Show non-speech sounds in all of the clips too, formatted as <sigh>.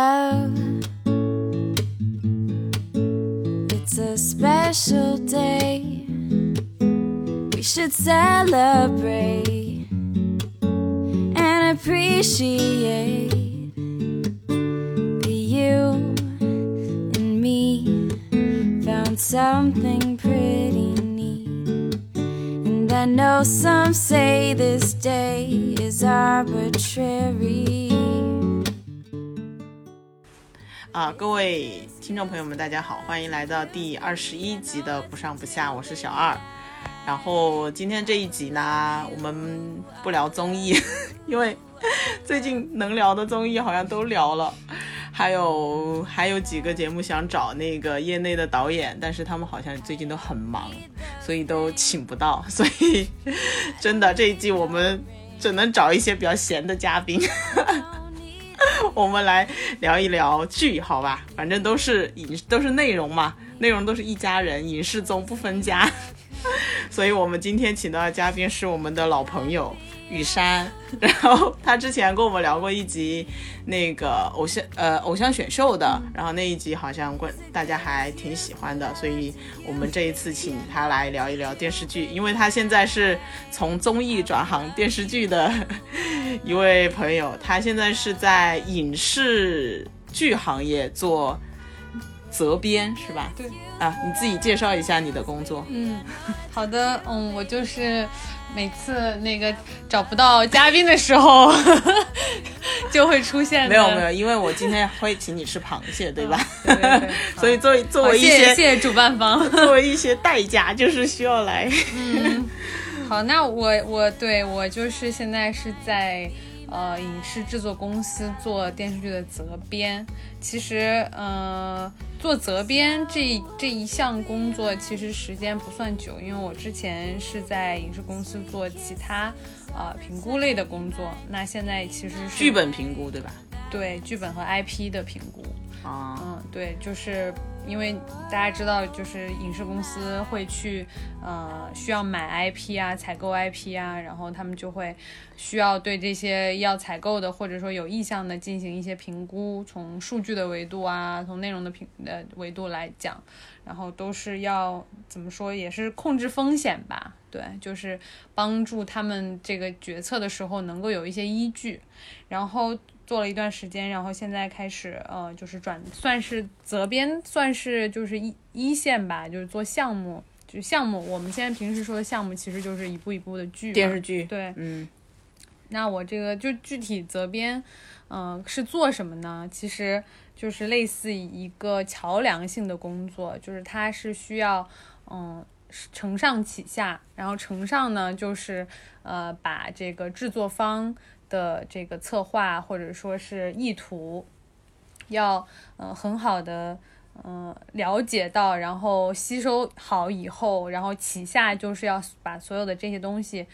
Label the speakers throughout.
Speaker 1: Love, it's a special day. We should celebrate and appreciate that you and me found something pretty neat. And I know some say this day is arbitrary.
Speaker 2: 啊，各位听众朋友们，大家好，欢迎来到第二十一集的不上不下，我是小二。然后今天这一集呢，我们不聊综艺， <laughs> 因为最近能聊的综艺好像都聊了，还有还有几个节目想找那个业内的导演，但是他们好像最近都很忙，所以都请不到，所以 <laughs> 真的这一季我们只能找一些比较闲的嘉宾。 <laughs> 我们来聊一聊剧，好吧？反正都是影，都是内容嘛，内容都是一家人，影视综不分家。 <laughs> 所以我们今天请到的嘉宾是我们的老朋友雨山，然后他之前跟我们聊过一集那个偶像呃偶像选秀的，然后那一集好像关大家还挺喜欢的，所以我们这一次请他来聊一聊电视剧，因为他现在是从综艺转行电视剧的一位朋友，他现在是在影视剧行业做责编是吧？对啊，你自己介绍一下你的工作。
Speaker 3: 嗯，好的，嗯，我就是每次那个找不到嘉宾的时候， <laughs> 就会出现的
Speaker 2: 没有没有，因为我今天会请你吃螃蟹，对
Speaker 3: <laughs>
Speaker 2: 吧？
Speaker 3: 对对对
Speaker 2: <laughs> 所以作为作
Speaker 3: 好，
Speaker 2: 为一
Speaker 3: 谢谢谢
Speaker 2: <laughs> 些
Speaker 3: <laughs> 谢主办方。
Speaker 2: 作为一些代价，就是需要
Speaker 3: <laughs>
Speaker 2: 来
Speaker 3: 好，那我我对我就是现在是在呃影视制作公司做电视剧的责编。其实，呃，做责编这这一项工作其实时间不算久，因为我之前是在影视公司做其他呃评估类的工作。那现在其实是
Speaker 2: 剧本评估，对吧？
Speaker 3: 对剧本和 IP 的评估。
Speaker 2: 啊，
Speaker 3: 嗯，对，就是因为大家知道，就是影视公司会去呃需要买 IP 啊，采购 IP 啊，然后他们就会需要对这些要采购的或者说有意向的进行一些评估，从数据的维度啊，从内容的评呃维度来讲，然后都是要怎么说，也是控制风险吧。对，就是帮助他们这个决策的时候能够有一些依据，然后做了一段时间，然后现在开始呃，就是转算是责编，算是就是一一线吧，就是做项目，就项目。我们现在平时说的项目，其实就是一步一步的剧嘛
Speaker 2: 电视剧，
Speaker 3: 对，
Speaker 2: 嗯，
Speaker 3: 那我这个就具体责编，嗯、是做什么呢？其实就是类似一个桥梁性的工作，就是它是需要，嗯、是承上启下，然后承上呢就是呃把这个制作方的这个策划或者说是意图，要呃很好的。嗯，了解到，然后吸收好以后，然后旗下就是要把所有的这些东西，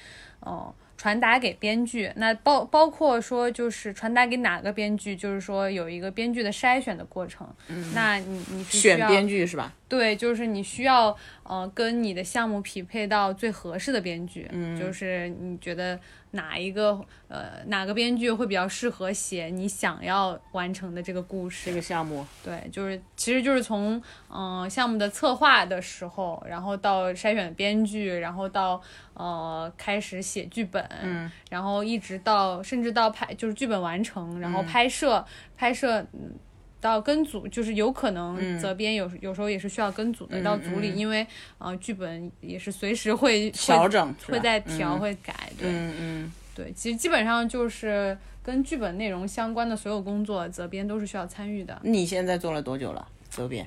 Speaker 3: 嗯，传达给编剧。那包包括说就是传达给哪个编剧，就是说有一个编剧的筛选的过程。嗯，那你你是需
Speaker 2: 选
Speaker 3: 要
Speaker 2: 编剧嗯是吧？
Speaker 3: 对，就是你需要呃跟你的项目匹配到最合适的编剧，嗯，就是你觉得哪一个呃哪个编剧会比较适合写你想要完成的这个故事，
Speaker 2: 这个项目，
Speaker 3: 对，就是其实就是从嗯、呃项目的策划的时候，然后到筛选编剧，然后到呃开始写剧本，嗯，然后一直到甚至到拍就是剧本完成，然后
Speaker 2: 嗯
Speaker 3: 拍摄、拍摄。嗯到跟组就是有可
Speaker 2: 嗯
Speaker 3: 能责编有、有时候也是需要跟组的、到组里，因为呃剧本也是随时会
Speaker 2: 调整是吧
Speaker 3: 会会再调、
Speaker 2: 嗯
Speaker 3: 会改，对、
Speaker 2: 嗯嗯，
Speaker 3: 对，其实基本上就是跟剧本内容相关的所有工作，责编都是需要参与的。
Speaker 2: 你现在做了多久了？责编？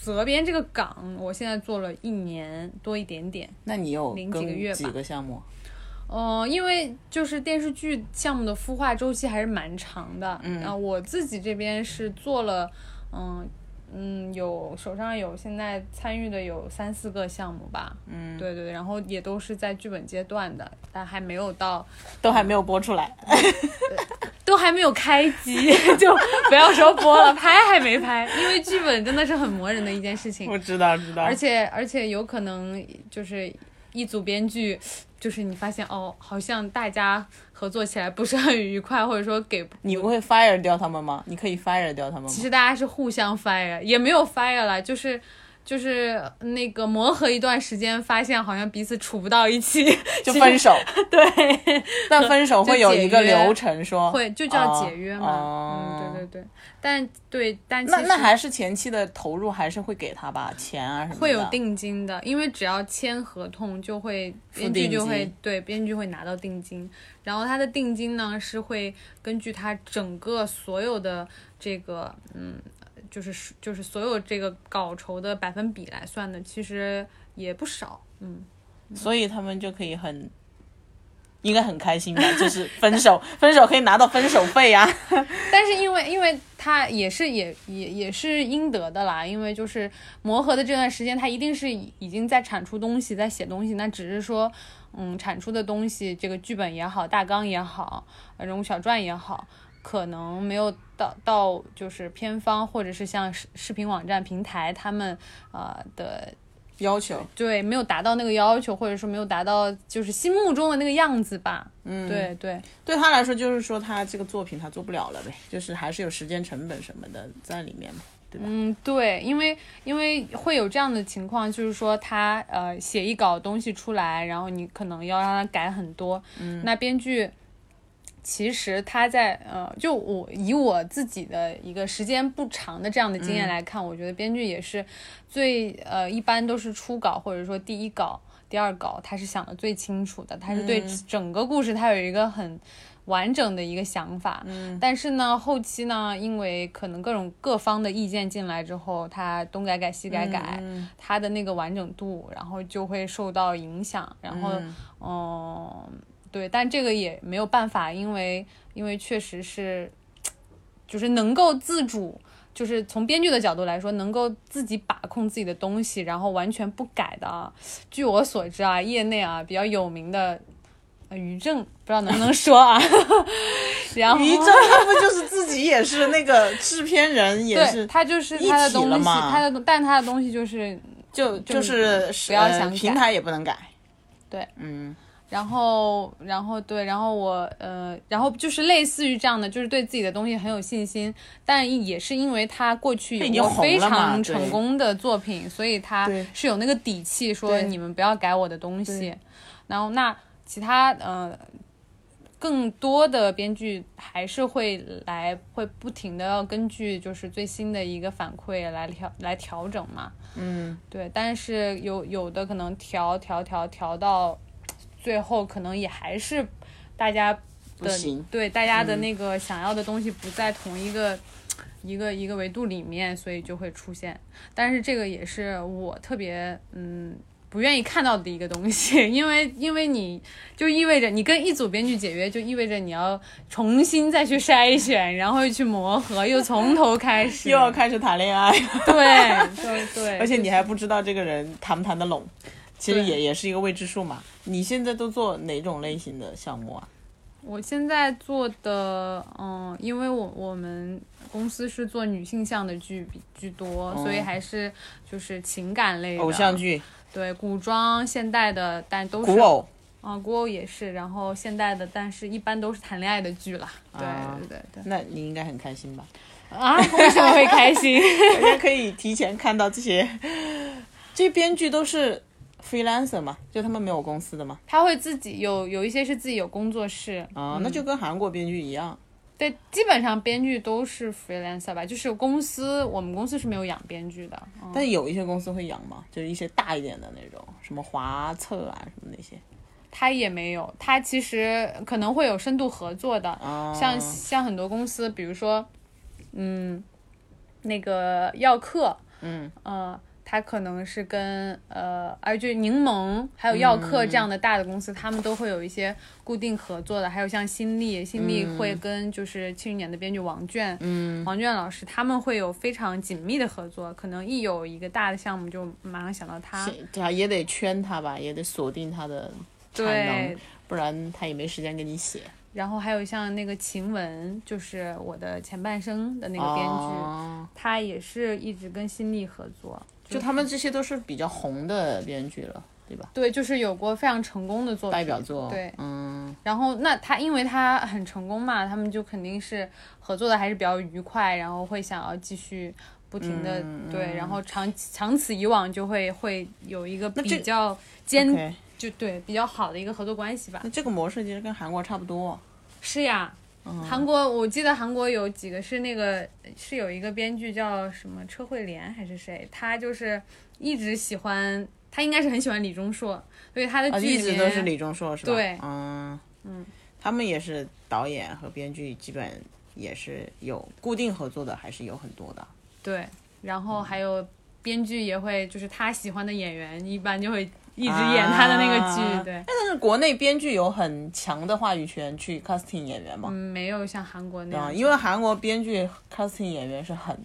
Speaker 3: 责编这个岗，我现在做了一年多一点点。
Speaker 2: 那你有
Speaker 3: 零
Speaker 2: 跟
Speaker 3: 几个月吧
Speaker 2: 几个项目？
Speaker 3: 呃，因为就是电视剧项目的孵化周期还是蛮长的。嗯，啊，我自己这边是做了，嗯嗯，有手上有现在参与的有三四个项目吧。嗯，对对，然后也都是在剧本阶段的，但还没有到，
Speaker 2: 都还没有播出来，
Speaker 3: 都还没有开机， <laughs> 就不要说播了，拍还没拍，因为
Speaker 2: <laughs>
Speaker 3: 剧本真的是很磨人的一件事情。
Speaker 2: 我知道知道，
Speaker 3: 而且而且有可能就是一组编剧，就是你发现哦，好像大家合作起来不是很愉快，或者说给不
Speaker 2: 你会 fire 掉他们吗？你可以 fire 掉他们
Speaker 3: 其
Speaker 2: 吗？
Speaker 3: 实大家是互相 fire，也没有 fire 了，就是就是那个磨合一段时间，发现好像彼此处不到一起， <laughs>
Speaker 2: 就分 <laughs> 手，
Speaker 3: 对，
Speaker 2: 但分手会有一个流程说，
Speaker 3: 会就叫解约嘛，
Speaker 2: 哦
Speaker 3: 嗯，对对对，但对，但其
Speaker 2: 那
Speaker 3: 实
Speaker 2: 那还是前期的投入还是会给他吧，钱啊什么的。
Speaker 3: 会有定金的，因为只要签合同就会编剧
Speaker 2: 定
Speaker 3: 就会
Speaker 2: 金
Speaker 3: 对编剧会拿到定金，然后他的定金呢是会根据他整个所有的这个嗯，就是就是所有这个稿酬的百分比来算的，其实也不少，嗯，
Speaker 2: 所以他们就可以很，应该很开心吧？ <laughs> 就是分手，分手可以拿到分手费啊呀、
Speaker 3: 但是因为因为他也是也也也是应得的啦，因为就是磨合的这段时间，他一定是已已经在产出东西，在写东西，那只是说，嗯，产出的东西，这个剧本也好，大纲也好，呃人物小传也好，可能没有到到就是片方或者是像视视频网站平台他们呃的
Speaker 2: <laughs> 要求
Speaker 3: 对没有达到那个要求，或者说没有达到就是心目中的那个样子吧，嗯，对对。
Speaker 2: 对他来说就是说他这个作品他做不了了呗，就是还是有时间成本什么的在里面嘛，对吧？
Speaker 3: 嗯，对，因为因为会有这样的情况，就是说他呃写一稿东西出来，然后你可能要让他改很多，嗯，那编剧。其实他在呃，就我以我自己的一个时间不长的这样的经验来看，我觉得编剧也是最呃，一般都是初稿或者说第一稿、第二稿，他是想的最清楚的，他是对整个故事他有一个很完整的一个想法。嗯，但是呢，后期呢，因为可能各种各方的意见进来之后，他东改改西改改，他的那个完整度，然后就会受到影响，然后嗯。对，但这个也没有办法，因为因为确实是，就是能够自主，就是从编剧的角度来说，能够自己把控自己的东西，然后完全不改的啊。据我所知啊，业内啊比较有名的，呃，于正，不知道能不能说啊。 <laughs> 然后
Speaker 2: 于正他不就是自己也是那个制片人，也
Speaker 3: <laughs> 对
Speaker 2: 是
Speaker 3: 他就是
Speaker 2: 一
Speaker 3: 他的
Speaker 2: 体
Speaker 3: 东
Speaker 2: 了
Speaker 3: 西，
Speaker 2: 嘛
Speaker 3: 他的但他的东西就是
Speaker 2: 就
Speaker 3: 就是不要
Speaker 2: 呃
Speaker 3: 想改
Speaker 2: 平台也不能改，
Speaker 3: 对，
Speaker 2: 嗯，
Speaker 3: 然后，然后对，然后我呃，然后就是类似于这样的，就是对自己的东西很有信心，但也是因为他过去
Speaker 2: 已
Speaker 3: 有
Speaker 2: 经
Speaker 3: 过
Speaker 2: 红
Speaker 3: 非
Speaker 2: 了嘛
Speaker 3: 常
Speaker 2: 对
Speaker 3: 成功的作品，所以他
Speaker 2: 对
Speaker 3: 是有那个底气说
Speaker 2: 对
Speaker 3: 你们不要改我的东西。然后那其他呃，更多的编剧还是会来，会不停的要根据就是最新的一个反馈来调来调整嘛。嗯，对，但是有有的可能调调调调到最后，可能也还是大家
Speaker 2: 不
Speaker 3: 的
Speaker 2: 行，嗯
Speaker 3: 对大家的那个想要的东西不在同一个。一个一个维度里面，所以就会出现。但是这个也是我特别嗯不愿意看到的一个东西， <laughs> 因为因为你就意味着你跟一组编剧解约，就意味着你要重新再去筛选，然后去磨合，又从头开
Speaker 2: <laughs>
Speaker 3: 始，
Speaker 2: 又要开始谈
Speaker 3: <laughs>
Speaker 2: 恋爱，<laughs>
Speaker 3: 对，就对，
Speaker 2: 而且你还不知道这个人谈不谈得拢，其实
Speaker 3: 对
Speaker 2: 也也是一个未知数嘛。你现在都做哪种类型的项目啊？
Speaker 3: 我现在做的，嗯，因为我我们公司是做女性向的剧比居多，所以还是就是情感类的
Speaker 2: 哦偶像，剧、
Speaker 3: 对，古装、现代的，但都是
Speaker 2: 古偶，
Speaker 3: 啊、古偶也是，然后现代的，但是一般都是谈恋爱的剧啦。对、
Speaker 2: 啊
Speaker 3: 对对
Speaker 2: 那你应该很开心吧？
Speaker 3: <laughs> 对啊，为什么会开心？ <laughs>
Speaker 2: 大家可以提前看到这些，这些编剧都是 freelancer 嘛，就他们没有公司的嘛。
Speaker 3: 他会自己有有一些是自己有工作室，
Speaker 2: 啊，那就跟韩国编剧一样，
Speaker 3: 对，基本上编剧都是 freelancer 吧，就是公司我们公司是没有养编剧的，嗯、
Speaker 2: 但有一些公司会养嘛，就是一些大一点的那种，什么华策啊，什么那些。
Speaker 3: 他也没有，他其实可能会有深度合作的，
Speaker 2: 啊，
Speaker 3: 像像很多公司，比如说，嗯，那个耀客，
Speaker 2: 嗯
Speaker 3: 呃，他可能是跟呃，而且柠檬还有耀客这样的大的公司，他们都会有一些固定合作的，还有像新力，新力会跟就是七零年的编剧王娟，嗯，王娟老师他们会有非常紧密的合作，可能一有一个大的项目就马上想到他，
Speaker 2: 是对啊，也得圈他吧，也得锁定他的产
Speaker 3: 对
Speaker 2: 能，，不然他也没时间给你写。
Speaker 3: 然后还有像那个晴雯，就是我的前半生的那个编剧，
Speaker 2: 哦
Speaker 3: 她、也是一直跟新力合作。
Speaker 2: 就他们这些都是比较红的编剧了。
Speaker 4: 对吧？
Speaker 3: 对，就是有过非常成功的作品，
Speaker 4: 代表作，
Speaker 3: 对
Speaker 4: 嗯，
Speaker 3: 然后那他因为他很成功嘛，他们就肯定是合作的还是比较愉快，然后会想要继续不停的、
Speaker 2: 嗯
Speaker 3: 对，然后长长此以往就会会有一个
Speaker 2: 那这
Speaker 3: 比较坚
Speaker 2: OK
Speaker 3: 就对比较好的一个合作关系吧
Speaker 2: 那。这个模式其实跟韩国差不多，
Speaker 3: 是呀，
Speaker 2: 嗯
Speaker 3: 韩国我记得韩国有几个是那个是有一个编剧叫什么车慧莲还是谁，他就是一直喜欢。他应该是很喜欢李钟硕，所以他的
Speaker 2: 啊，
Speaker 3: 剧
Speaker 2: 一
Speaker 3: 里
Speaker 2: 直
Speaker 3: 面、
Speaker 2: 都是李钟硕是吧？
Speaker 3: 对
Speaker 2: 嗯嗯，他们也是导演和编剧，基本也是有固定合作的，还是有很多的。
Speaker 3: 对，然后还有编剧也会，就是他喜欢的演员，一般就会一直演他的那个剧。
Speaker 2: 啊
Speaker 3: 对，
Speaker 2: 但是国内编剧有很强的话语权去 casting 演员嘛？
Speaker 3: 嗯，没有像韩国那
Speaker 2: 啊，
Speaker 3: 样，
Speaker 2: 因为韩国编剧 casting 演员是很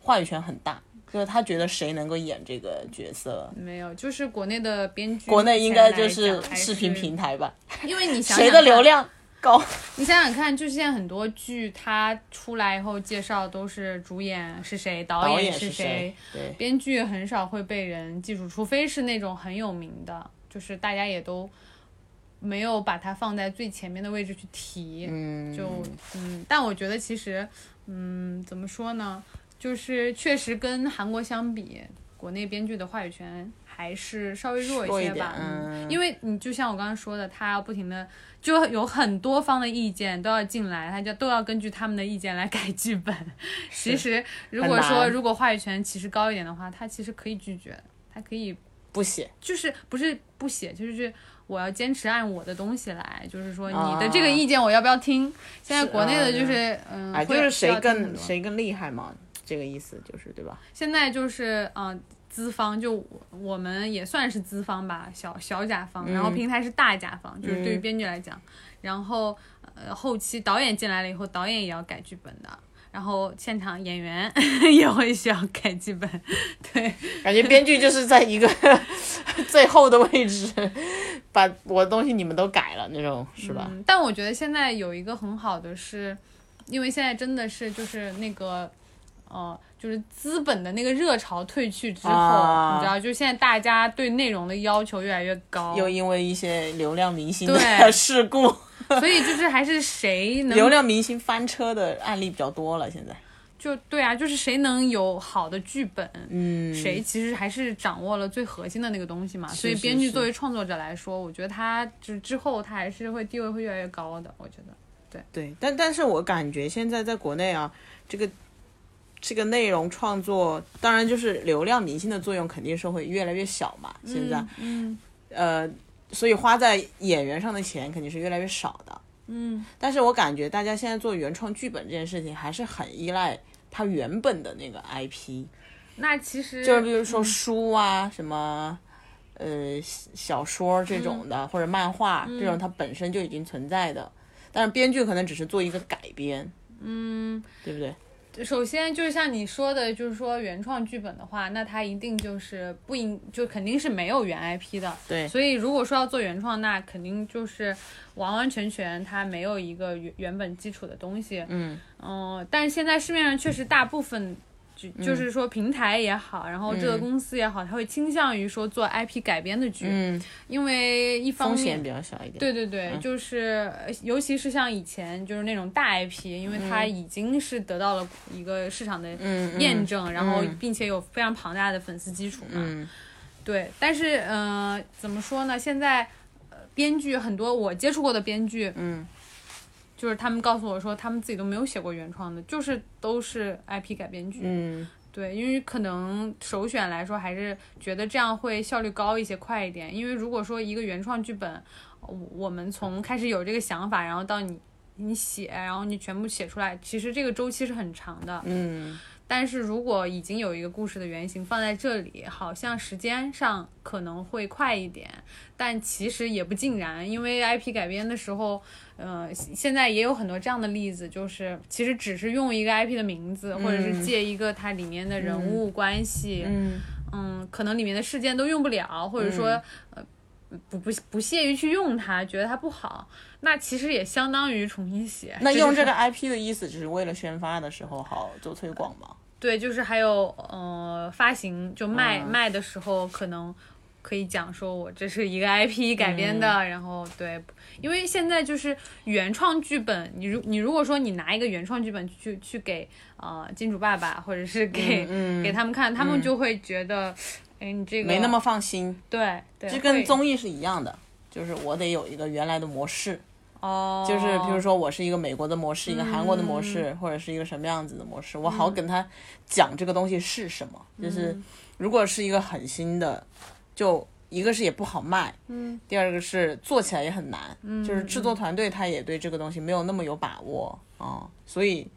Speaker 2: 话语权很大，就是他觉得谁能够演这个角色，
Speaker 3: 没有，就是国内的编剧，
Speaker 2: 国内应该就
Speaker 3: 目前来
Speaker 2: 是
Speaker 3: 讲还
Speaker 2: 视频平，台吧，
Speaker 3: 因为你想想
Speaker 2: 谁的 <laughs> 流
Speaker 3: 看，
Speaker 2: 量高？
Speaker 3: 你想想看，就现在很多剧，它出来以后介绍都是主演是谁，导
Speaker 2: 导
Speaker 3: 演
Speaker 2: 演
Speaker 3: 是
Speaker 2: 是
Speaker 3: 谁
Speaker 2: 谁，？对，
Speaker 3: 编剧很少会被人记住，除非是那种很有名的，就是大家也都没有把它放在最前面的位置去提。
Speaker 2: 嗯，
Speaker 3: 就嗯，但我觉得其实，嗯，怎么说呢，就是确实跟韩国相比，国内编剧的话语权还是稍微弱
Speaker 2: 弱一
Speaker 3: 些吧。
Speaker 2: 点嗯
Speaker 3: 因为你就像我刚刚说的，他要不停的，就有很多方的意见都要进来，他就都要根据他们的意见来改剧
Speaker 2: <laughs>
Speaker 3: 本。其实如
Speaker 2: 很
Speaker 3: 果说
Speaker 2: 难
Speaker 3: 如果话语权其实高一点的话，他其实可以拒绝，他可以
Speaker 2: 不写，
Speaker 3: 就是不是不写，就是我要坚持按我的东西来，就是说
Speaker 2: 啊
Speaker 3: 你的这个意见我要不要听？现在国内的
Speaker 2: 是
Speaker 3: 就是嗯，
Speaker 2: 哎，就
Speaker 3: 会
Speaker 2: 是
Speaker 3: 需
Speaker 2: 谁
Speaker 3: 要听很
Speaker 2: 更
Speaker 3: 多
Speaker 2: 谁更厉害嘛，这个意思就是对吧？
Speaker 3: 现在就是嗯、呃资方就我我们也算是资方吧，小小甲方，然
Speaker 2: 嗯
Speaker 3: 后平台是大甲方，就是对于编剧来讲，然后呃后期导演进来了以后，导演也要改剧本的。然后现场演员 <laughs> 也会需要改剧本，对，
Speaker 2: 感觉编剧就是在
Speaker 3: <laughs>
Speaker 2: 一个最后的位置，把我的东西你们都改了那种，是吧？
Speaker 3: 嗯，但我觉得现在有一个很好的是，因为现在真的是就是那个，呃，就是资本的那个热潮退去之后，
Speaker 2: 啊
Speaker 3: 你知道，就现在大家对内容的要求越来越高，
Speaker 2: 又因为一些流量明星的
Speaker 3: 哦
Speaker 2: <laughs>
Speaker 3: 对
Speaker 2: 事故，
Speaker 3: <laughs> 所以就是还是谁
Speaker 2: 流
Speaker 3: 能
Speaker 2: 量明星翻车的案例比较多了。现在，
Speaker 3: 就对啊，就是谁能有好的剧本，
Speaker 2: 嗯，
Speaker 3: 谁其实还是掌握了最核心的那个东西嘛。所以
Speaker 2: 是
Speaker 3: 编剧
Speaker 2: 是
Speaker 3: 作为创作者来说，我觉得他就是之后他还是会地位会越来越高的，我觉得。
Speaker 2: 对，但但是我感觉现在在国内啊，这个这个内容创作，当然就是流量明星的作用肯定是会越来越小嘛。现在，
Speaker 3: 嗯
Speaker 2: 呃，所以花在演员上的钱肯定是越来越少的。
Speaker 3: 嗯，
Speaker 2: 但是我感觉大家现在做原创剧本这件事情，还是很依赖它原本的那个 IP，
Speaker 3: 那其实
Speaker 2: 就是比如
Speaker 3: 嗯
Speaker 2: 说书啊，什么呃小小说这
Speaker 3: 嗯
Speaker 2: 种的，或者漫画、这种，它本身就已经存在的。但是编剧可能只是做一个改编，嗯，对不对？
Speaker 3: 首先就是像你说的，就是说原创剧本的话，那它一定就是不应，就肯定是没有原 IP 的。
Speaker 2: 对
Speaker 3: 所以如果说要做原创，那肯定就是完完全全它没有一个原原本基础的东西。
Speaker 2: 嗯
Speaker 3: 嗯、但是现在市面上确实大部分。就就是说，平台也好，然后这个
Speaker 2: 嗯
Speaker 3: 公司也好，它会倾向于说做 IP 改编的剧，
Speaker 2: 嗯，
Speaker 3: 因为一方
Speaker 2: 风
Speaker 3: 面
Speaker 2: 险比较小一点。
Speaker 3: 对对对，
Speaker 2: 嗯
Speaker 3: 就是呃尤其是像以前就是那种大 IP，因为它已经是得到了一个市场的
Speaker 2: 嗯，嗯
Speaker 3: 验证，然后
Speaker 2: 嗯
Speaker 3: 并且有非常庞大的粉丝基础嘛。
Speaker 2: 嗯
Speaker 3: 对，但是呃，怎么说呢？现在呃编剧很多，我接触过的编剧，
Speaker 2: 嗯，
Speaker 3: 就是他们告诉我说，他们自己都没有写过原创的，就是都是 IP 改编剧。
Speaker 2: 嗯，
Speaker 3: 对，因为可能首选来说，还是觉得这样会效率高一些、快一点。因为如果说一个原创剧本，我我们从开始有这个想法，然后到你你写，然后你全部写出来，其实这个周期是很长的。
Speaker 2: 嗯，
Speaker 3: 但是如果已经有一个故事的原型放在这里，好像时间上可能会快一点，但其实也不尽然，因为 IP 改编的时候，呃，现现在也有很多这样的例子，就是其实只是用一个 IP 的名字，或者是借一个它里面的人物关系，
Speaker 2: 嗯
Speaker 3: 嗯可能里面的事件都用不了，或者说、呃不不不屑于去用它，觉得它不好，那其实也相当于重新写。
Speaker 2: 那用
Speaker 3: 就是
Speaker 2: 这个 IP 的意思，只是为了宣发的时候好做推广嘛？
Speaker 3: 对，就是还有呃，发行就卖、
Speaker 2: 嗯
Speaker 3: 卖的时候可能可以讲说我这是一个 IP
Speaker 2: 嗯
Speaker 3: 改编的，然后对，因为现在就是原创剧本，你如你如果说你拿一个原创剧本去去给呃金主爸爸或者是
Speaker 2: 嗯
Speaker 3: 给、给他们看，他们就会觉得，哎，你这个
Speaker 2: 没那么放心，
Speaker 3: 对对，
Speaker 2: 这跟
Speaker 3: 会
Speaker 2: 综艺是一样的，就是我得有一个原来的模式，
Speaker 3: 哦，嗯
Speaker 2: 就是比如说我是一个美国的模式，一个韩国的模式，或者是一个什么样子的模式，我好跟他讲这个东西是什么。
Speaker 3: 嗯
Speaker 2: 就是如果是一个很新的，就一个是也不好卖，
Speaker 3: 嗯，
Speaker 2: 第二个是做起来也很难，就是制作团队他也对这个东西没有那么有把握啊、嗯所以。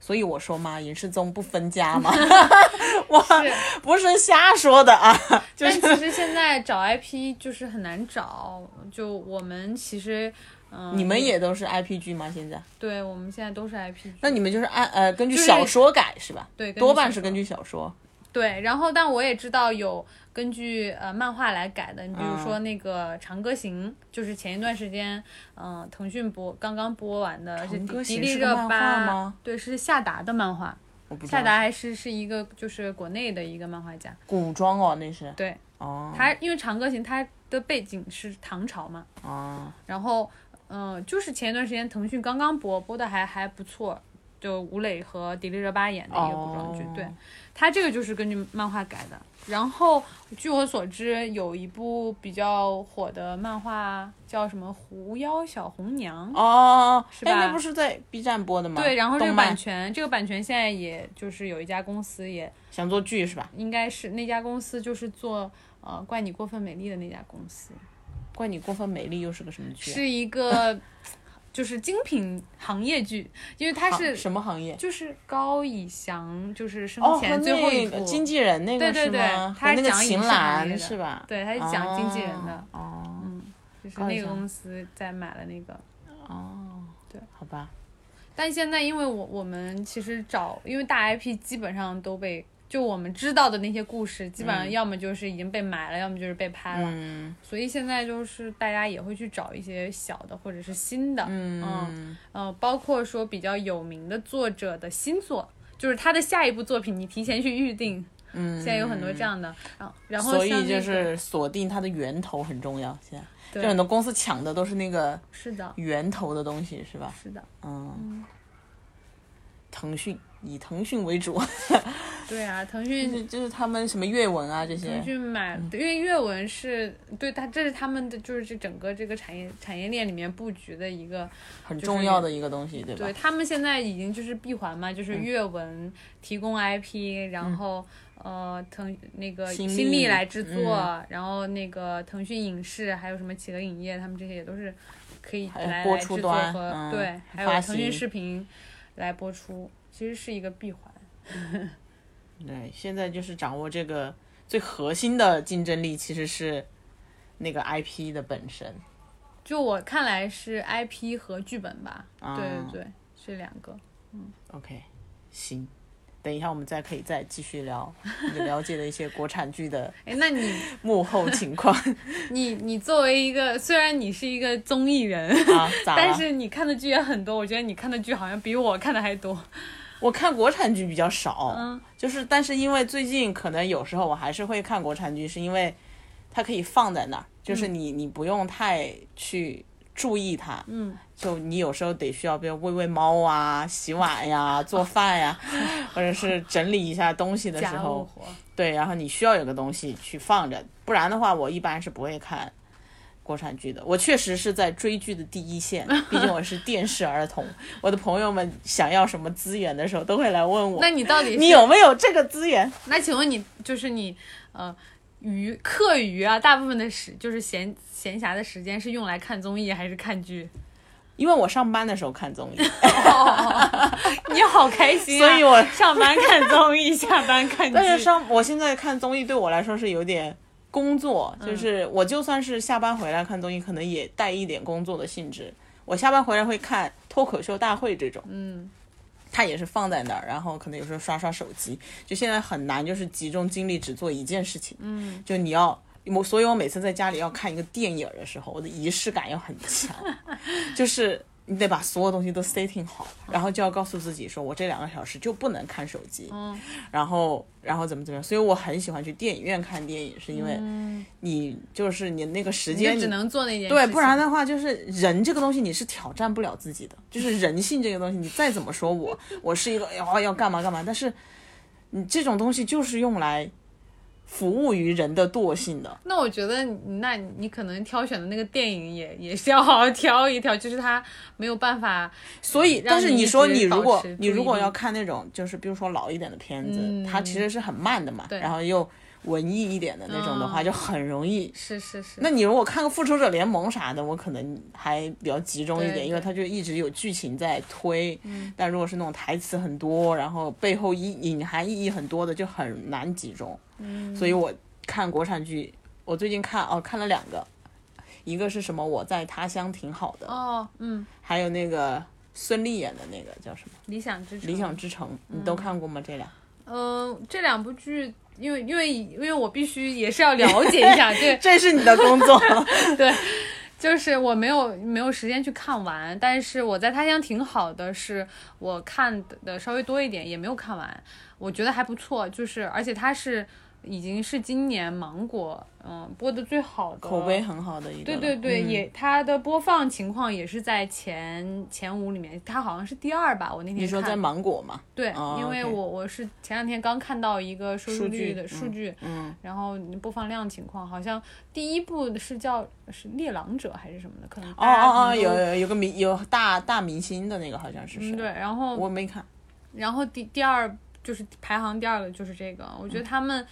Speaker 2: 所以我说嘛，影视综不分家嘛， <laughs> 我
Speaker 3: 是
Speaker 2: 不是瞎说的啊， <laughs> 就
Speaker 3: 但
Speaker 2: 是
Speaker 3: 其实现在找 IP 就是很难找，就我们其实，嗯、
Speaker 2: 你们也都是 IP 剧吗？现在？
Speaker 3: 对，我们现在都是 IP 剧。
Speaker 2: 那你们就是按呃根据
Speaker 3: 就是
Speaker 2: 小说改是吧？
Speaker 3: 对根据
Speaker 2: 多半
Speaker 3: 小
Speaker 2: 是根据小说。
Speaker 3: 对，然后但我也知道有根据呃漫画来改的，你比如
Speaker 2: 嗯
Speaker 3: 说那个《长歌行》，就是前一段时间，嗯、腾讯播刚刚播完的，是
Speaker 2: 长歌
Speaker 3: 迪迪
Speaker 2: 行
Speaker 3: 丽
Speaker 2: 是个
Speaker 3: 热
Speaker 2: 漫画
Speaker 3: 巴
Speaker 2: 吗，
Speaker 3: 对，是夏达的漫画，
Speaker 2: 我不知
Speaker 3: 夏
Speaker 2: 道
Speaker 3: 达还是是一个就是国内的一个漫画家，
Speaker 2: 古装哦，那是
Speaker 3: 对
Speaker 2: 哦
Speaker 3: 他，因为《长歌行》它的背景是唐朝嘛，
Speaker 2: 哦，
Speaker 3: 然后，嗯、就是前一段时间腾讯刚刚播，播的还还不错，就吴磊和迪丽热巴演的一个古装剧。
Speaker 2: 哦
Speaker 3: 对，它这个就是根据漫画改的。然后，据我所知，有一部比较火的漫画叫什么《狐妖小红娘》。
Speaker 2: 哦，
Speaker 3: 是
Speaker 2: 哎
Speaker 3: 吧
Speaker 2: 那不是在 B 站播的吗？
Speaker 3: 对，然后这个
Speaker 2: 动
Speaker 3: 版
Speaker 2: 漫
Speaker 3: 权，这个版权现在也就是有一家公司，也
Speaker 2: 想做剧是吧？
Speaker 3: 应该是那家公司就是做呃《怪你过分美丽》的那家公司，
Speaker 2: 怪你过分美丽又是个什么剧啊？
Speaker 3: 是一
Speaker 2: <laughs>
Speaker 3: 个就是精品行业剧，因为它
Speaker 2: 行
Speaker 3: 是
Speaker 2: 什么行业？
Speaker 3: 就是高以翔，就是生
Speaker 2: 哦，和
Speaker 3: 前最后一
Speaker 2: 那
Speaker 3: 部，
Speaker 2: 个经纪人那个
Speaker 3: 对对
Speaker 2: 是
Speaker 3: 对
Speaker 2: 吗？
Speaker 3: 他
Speaker 2: 和那
Speaker 3: 是
Speaker 2: 个
Speaker 3: 讲影
Speaker 2: 秦
Speaker 3: 视行业
Speaker 2: 岚
Speaker 3: 的
Speaker 2: 是吧？
Speaker 3: 对，他是讲经纪人的，嗯
Speaker 2: 哦
Speaker 3: 就是
Speaker 2: 高以
Speaker 3: 那个
Speaker 2: 翔
Speaker 3: 公司在买了那个。
Speaker 2: 哦，
Speaker 3: 对，
Speaker 2: 好吧，
Speaker 3: 但现在因为我我们其实找，因为大 IP 基本上都被就我们知道的那些故事，基本上要么就是已经被买了，要么就是被拍了，
Speaker 2: 嗯
Speaker 3: 所以现在就是大家也会去找一些小的或者是新的，
Speaker 2: 嗯，
Speaker 3: 呃，包括说比较有名的作者的新作，就是他的下一部作品，你提前去预定。嗯，现在有很多这样的，然后然后
Speaker 2: 所
Speaker 3: 像
Speaker 2: 以就
Speaker 3: 那个
Speaker 2: 是锁定它的源头很重要。现在，
Speaker 3: 对
Speaker 2: 就很多公司抢的都是那个
Speaker 3: 是的，
Speaker 2: 源头的东西，是吧？
Speaker 3: 是的，
Speaker 2: 嗯，腾讯以腾讯为主， <laughs>
Speaker 3: 对啊，腾
Speaker 2: 就
Speaker 3: 讯
Speaker 2: 就是他们什么阅文啊这
Speaker 3: 腾
Speaker 2: 些，
Speaker 3: 讯买，因为阅文是对它这是他们的就是这整个这个产业产业链里面布局的一个，
Speaker 2: 很
Speaker 3: 就是
Speaker 2: 重要的一个东西，对吧
Speaker 3: 对？他们现在已经就是闭环嘛，
Speaker 2: 嗯
Speaker 3: 就是阅文提供 IP，、然后呃腾那个
Speaker 2: 新
Speaker 3: 新
Speaker 2: 力
Speaker 3: 力来制作，
Speaker 2: 嗯
Speaker 3: 然后那个腾讯影视还有什么企鹅影业，他们这些也都是可以
Speaker 2: 还有
Speaker 3: 来
Speaker 2: 播
Speaker 3: 来
Speaker 2: 出
Speaker 3: 制作
Speaker 2: 端
Speaker 3: 和、
Speaker 2: 嗯
Speaker 3: 对，还有
Speaker 2: 发
Speaker 3: 腾讯
Speaker 2: 行
Speaker 3: 视频来播出，其实是一个闭环。
Speaker 2: 对，现在就是掌握这个最核心的竞争力，其实是那个 IP 的本身。
Speaker 3: 就我看来是 IP 和剧本吧，
Speaker 2: 啊
Speaker 3: 对对对，是两个。
Speaker 2: OK，行。等一下，我们再可以再继续聊 <laughs> 你了解的一些国产剧的
Speaker 3: 哎，那你
Speaker 2: 幕后情
Speaker 3: <laughs>
Speaker 2: 况啊
Speaker 3: 你你作为一个，虽然你是一个综艺人，
Speaker 2: 啊，咋了？
Speaker 3: 但是你看的剧也很多，我觉得你看的剧好像比我看的还多。
Speaker 2: 我看国产剧比较少，
Speaker 3: 嗯
Speaker 2: 就是但是因为最近可能有时候我还是会看国产剧，是因为它可以放在那儿，就是你、你不用太去注意它，
Speaker 3: 嗯，
Speaker 2: 就你有时候得需要，比如喂喂猫啊、洗碗呀、做饭呀，或者是整理一下东西的时
Speaker 3: 家务
Speaker 2: 候，
Speaker 3: 活，
Speaker 2: 对，然后你需要有个东西去放着，不然的话我一般是不会看。国产剧的，我确实是在追剧的第一
Speaker 3: <laughs>
Speaker 2: 线，毕竟我是电视儿童。我的朋友们想要什么资源的时候，都会来问我。
Speaker 3: 那你到底是
Speaker 2: 你？有没有这个资源？
Speaker 3: 那请问你就是你呃。余课余啊，大部分的时就是闲闲暇的时间是用来看综艺还是看剧？
Speaker 2: 因为我上班的时候看综
Speaker 3: <laughs>
Speaker 2: 艺，
Speaker 3: 你好开心、啊，
Speaker 2: 所以我
Speaker 3: 上班看综艺，下班看剧。
Speaker 2: 但是上我现在看综艺对我来说是有点工作，就是我就算是下班回来看综艺，可能也带一点工作的性质。我下班回来会看脱口秀大会这种，
Speaker 3: 嗯，
Speaker 2: 它也是放在那儿，然后可能有时候刷刷手机，就现在很难就是集中精力只做一件事情，嗯，就你要。我
Speaker 3: <laughs>
Speaker 2: 所以，我每次在家里要看一个电影的时候，我的仪式感要很强，就是你得把所有东西都 setting 好，然后就要告诉自己说，我这两个小时就不能看手机，
Speaker 3: 嗯
Speaker 2: 然后然后怎么怎么样。所以我很喜欢去电影院看电影，是因为
Speaker 3: 嗯，
Speaker 2: 你就是你那个时
Speaker 3: 你
Speaker 2: 间
Speaker 3: 就只
Speaker 2: 你
Speaker 3: 能做那件事情，
Speaker 2: 对，不然的话就是人这个东西你是挑战不了自己的，就是人性这个东西，你再怎么说
Speaker 3: <laughs>
Speaker 2: 我我是一个哎要要干嘛干嘛，但是你这种东西就是用来服务于人的惰性的。
Speaker 3: 那我觉得你，那你可能挑选的那个电影也也是要好好挑一挑，就是它没有办法，
Speaker 2: 所以，
Speaker 3: 让
Speaker 2: 但是
Speaker 3: 你
Speaker 2: 你
Speaker 3: 一
Speaker 2: 说
Speaker 3: 直
Speaker 2: 你如
Speaker 3: 保
Speaker 2: 果
Speaker 3: 持
Speaker 2: 你
Speaker 3: 注
Speaker 2: 如
Speaker 3: 意
Speaker 2: 果
Speaker 3: 力
Speaker 2: 要看那种就是比如说老一点的片子，它其
Speaker 3: 嗯
Speaker 2: 实是很慢的嘛，
Speaker 3: 对嗯
Speaker 2: 然后又文艺一点的那种的话，就很容易
Speaker 3: 是是是，
Speaker 2: 那你如果看个《复仇者联盟》啥的，我可能还比较集中一
Speaker 3: 对
Speaker 2: 点，因为
Speaker 3: 对嗯
Speaker 2: 它就一直有剧情在推。但如果是那种台词很多，然后背后意隐含意义很多的，就很难集中。
Speaker 3: 嗯
Speaker 2: 所以我看国产剧，我最近看哦看了两个，一个是什么？我在他乡挺好的，
Speaker 3: 哦，嗯，
Speaker 2: 还有那个孙俪演的那个叫什么
Speaker 3: 理想之
Speaker 2: 《
Speaker 3: 城，
Speaker 2: 理想之城》，你都看过吗？这俩？
Speaker 3: 嗯，这两部剧，因为因为因为我必须也是要了
Speaker 2: <laughs>
Speaker 3: 解一下，这
Speaker 2: 这是你的工作。
Speaker 3: 就是我没有没有时间去看完，但是我在他乡挺好的，是我看的稍微多一点，也没有看完，我觉得还不错，就是而且它是已经是今年芒果嗯播的最好的
Speaker 2: <laughs> 口碑。很好的一个
Speaker 3: 对
Speaker 2: 了。
Speaker 3: 对对，
Speaker 2: 嗯
Speaker 3: 也它的播放情况也是在前前五里面，它好像是第二吧。我那天
Speaker 2: 你说
Speaker 3: 看
Speaker 2: 在芒果嘛？
Speaker 3: 对，
Speaker 2: 哦
Speaker 3: 因为
Speaker 2: OK
Speaker 3: 我我是前两天刚看到一个收视
Speaker 2: 数据
Speaker 3: 率的数
Speaker 2: 嗯
Speaker 3: 据，
Speaker 2: 嗯。
Speaker 3: 然后播放量情况，好像第一部是叫是《猎狼者》还是什么的，可能
Speaker 2: 哦
Speaker 3: 大家
Speaker 2: 哦
Speaker 3: 可
Speaker 2: 哦，
Speaker 3: 能
Speaker 2: 有
Speaker 3: 都
Speaker 2: 有有个明有大大明星的那个好像是谁？
Speaker 3: 嗯对，，然后
Speaker 2: 我没看。
Speaker 3: 然后第第二就是排行第二个就是这个，我觉得他们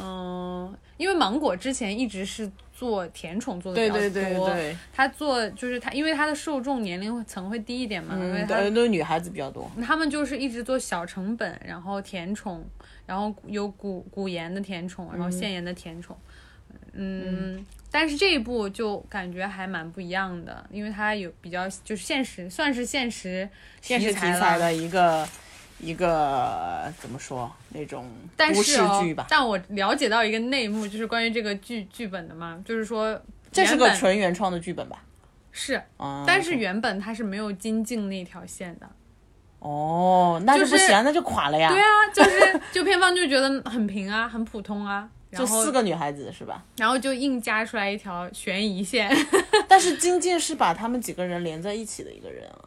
Speaker 3: 嗯、因为芒果之前一直是做甜宠做的比
Speaker 2: 对
Speaker 3: 较多，
Speaker 2: 对对对，
Speaker 3: 他做就是他因为他的受众年龄层会低一点嘛，因为
Speaker 2: 嗯，
Speaker 3: 他
Speaker 2: 对，都是女孩子比较多。
Speaker 3: 他们就是一直做小成本，然后甜宠，然后有古古盐的甜宠，然后现盐的甜宠，嗯，但是这一部就感觉还蛮不一样的，因为它有比较就是现实，算是现实
Speaker 2: 电视题
Speaker 3: 材
Speaker 2: 材
Speaker 3: 了，
Speaker 2: 的一个一个怎么说那种
Speaker 3: 但
Speaker 2: 都
Speaker 3: 是、
Speaker 2: 市
Speaker 3: 哦、
Speaker 2: 剧吧？
Speaker 3: 但我了解到一个内幕，就是关于这个剧剧本的嘛，就是说
Speaker 2: 这是个
Speaker 3: 原本
Speaker 2: 纯原创的剧本吧？
Speaker 3: 是，
Speaker 2: 啊，
Speaker 3: 但是原本它是没有金靖那条线的。
Speaker 2: 哦，那就
Speaker 3: 就
Speaker 2: 不
Speaker 3: 是
Speaker 2: 行，那就垮了呀
Speaker 3: 对。啊，就是 <laughs> 就片方就觉得很平啊，很普通啊，然
Speaker 2: 就
Speaker 3: 后
Speaker 2: 四个女孩子是吧？
Speaker 3: 然后就硬加出来一条悬疑线， <laughs>
Speaker 2: 但是金靖是把他们几个人连在一起的一个人啊，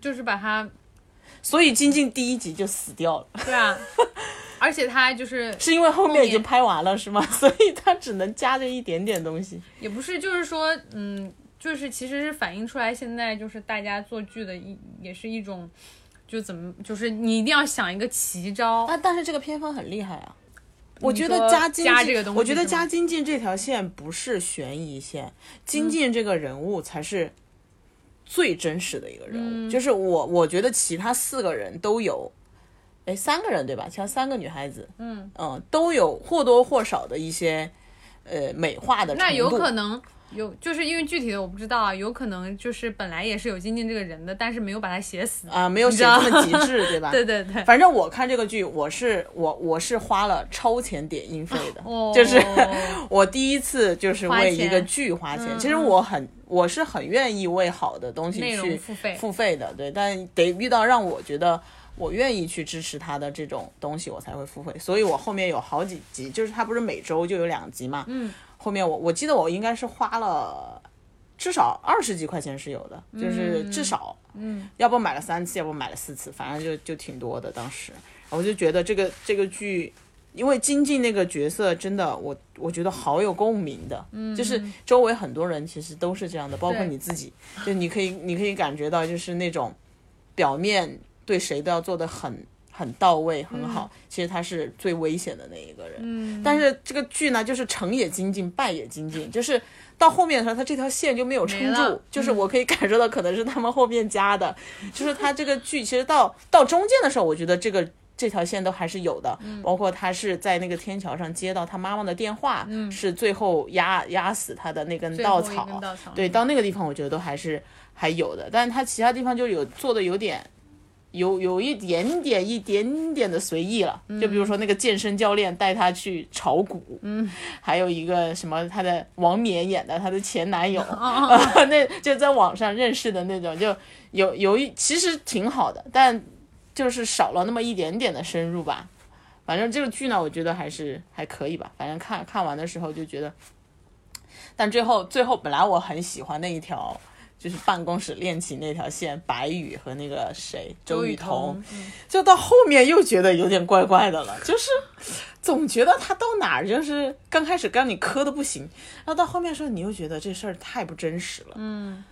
Speaker 3: 就是把它，
Speaker 2: 所以金靖第一集就死掉了，
Speaker 3: 对啊，而且它就是
Speaker 2: 是因为后
Speaker 3: 后
Speaker 2: 面
Speaker 3: 面
Speaker 2: 已经拍完了是吗？ <laughs> 所以他只能加这一点点东西。
Speaker 3: 也不是就是说，嗯，就是其实是反映出来现在就是大家做剧的一也是一种，就怎么就是你一定要想一个奇招，
Speaker 2: 啊，但是这个偏方很厉害啊。我
Speaker 3: 你
Speaker 2: 觉
Speaker 3: 说
Speaker 2: 得加金
Speaker 3: 加
Speaker 2: 靖
Speaker 3: 这个东
Speaker 2: 我
Speaker 3: 西
Speaker 2: 觉得
Speaker 3: 是吗
Speaker 2: 加金靖这条线不是悬疑线，金靖这个人物才是最真实的一个人
Speaker 3: 嗯
Speaker 2: 物。就是我，我觉得其他四个人都有，哎，三个人对吧？其他三个女孩子，嗯都有或多或少的一些呃美化的
Speaker 3: 那
Speaker 2: 程
Speaker 3: 有
Speaker 2: 度
Speaker 3: 可能。有，就是因为具体的我不知道啊，有可能就是本来也是有金靖这个人的，但是没有把他写死。
Speaker 2: 啊、没有写这么极
Speaker 3: <laughs>
Speaker 2: 致，对吧？
Speaker 3: 对对对，
Speaker 2: 反正我看这个剧，我是我我是花了超前点映费的，
Speaker 3: 哦
Speaker 2: 就是 <laughs> 我第一次就是
Speaker 3: 花
Speaker 2: 为
Speaker 3: 钱嗯
Speaker 2: 一个剧花钱。其实我很我是很愿意为好的东西
Speaker 3: 内容
Speaker 2: 去
Speaker 3: 付费
Speaker 2: 付费的，对，但得遇到让我觉得。我愿意去支持他的这种东西，我才会付费。所以我后面有好几集，就是他不是每周就有两集嘛。嗯。后面我我记得我应该是花了至少二十几块钱是有的，就是至少。嗯。要不买了三次，要不买了四次，反正就就挺多的。当时我就觉得这个这个剧因为金靖那个角色真的，我我觉得好有共鸣的，就是周围很多人其实都是这样的，包括
Speaker 3: 嗯对
Speaker 2: 你自己，就你可以你可以感觉到，就是那种表面对谁都要做的很很到位很好，
Speaker 3: 嗯
Speaker 2: 其实他是最危险的那一个人。嗯、但是这个剧呢，就是成也金靖，败也金靖，就是到后面的时候，他这条线就没有撑
Speaker 3: 没了嗯
Speaker 2: 住，就是我可以感受到可能是他们后面加的，就是他这个剧其实到到中间的时候，我觉得这个这条线都还是有的，
Speaker 3: 嗯
Speaker 2: 包括他是在那个天桥上接到他妈妈的电话，是最后压压死他的那根
Speaker 3: 嗯最后
Speaker 2: 稻
Speaker 3: 一
Speaker 2: 草，
Speaker 3: 根稻草嗯
Speaker 2: 对，到那个地方我觉得都还是还有的，但是他其他地方就有做的有点有有一点点一点点的随意了。就比
Speaker 3: 嗯
Speaker 2: 如说那个健身教练带他去炒股，嗯， <laughs> 还有一个什么他的王冕演的他的前男友，
Speaker 3: 哦
Speaker 2: <laughs> 那就在网上认识的那种，就有有一其实挺好的，但就是少了那么一点点的深入吧。反正这个剧呢，我觉得还是还可以吧。反正看看完的时候就觉得，但最后最后本来我很喜欢那一条，就是办公室恋情那条线，白宇和那个谁周雨彤，就到后面又觉得有点怪怪的了，就是总觉得他到哪儿就是刚开始跟你磕的不行，然后到后面的时候你又觉得这事儿太不真实了，嗯。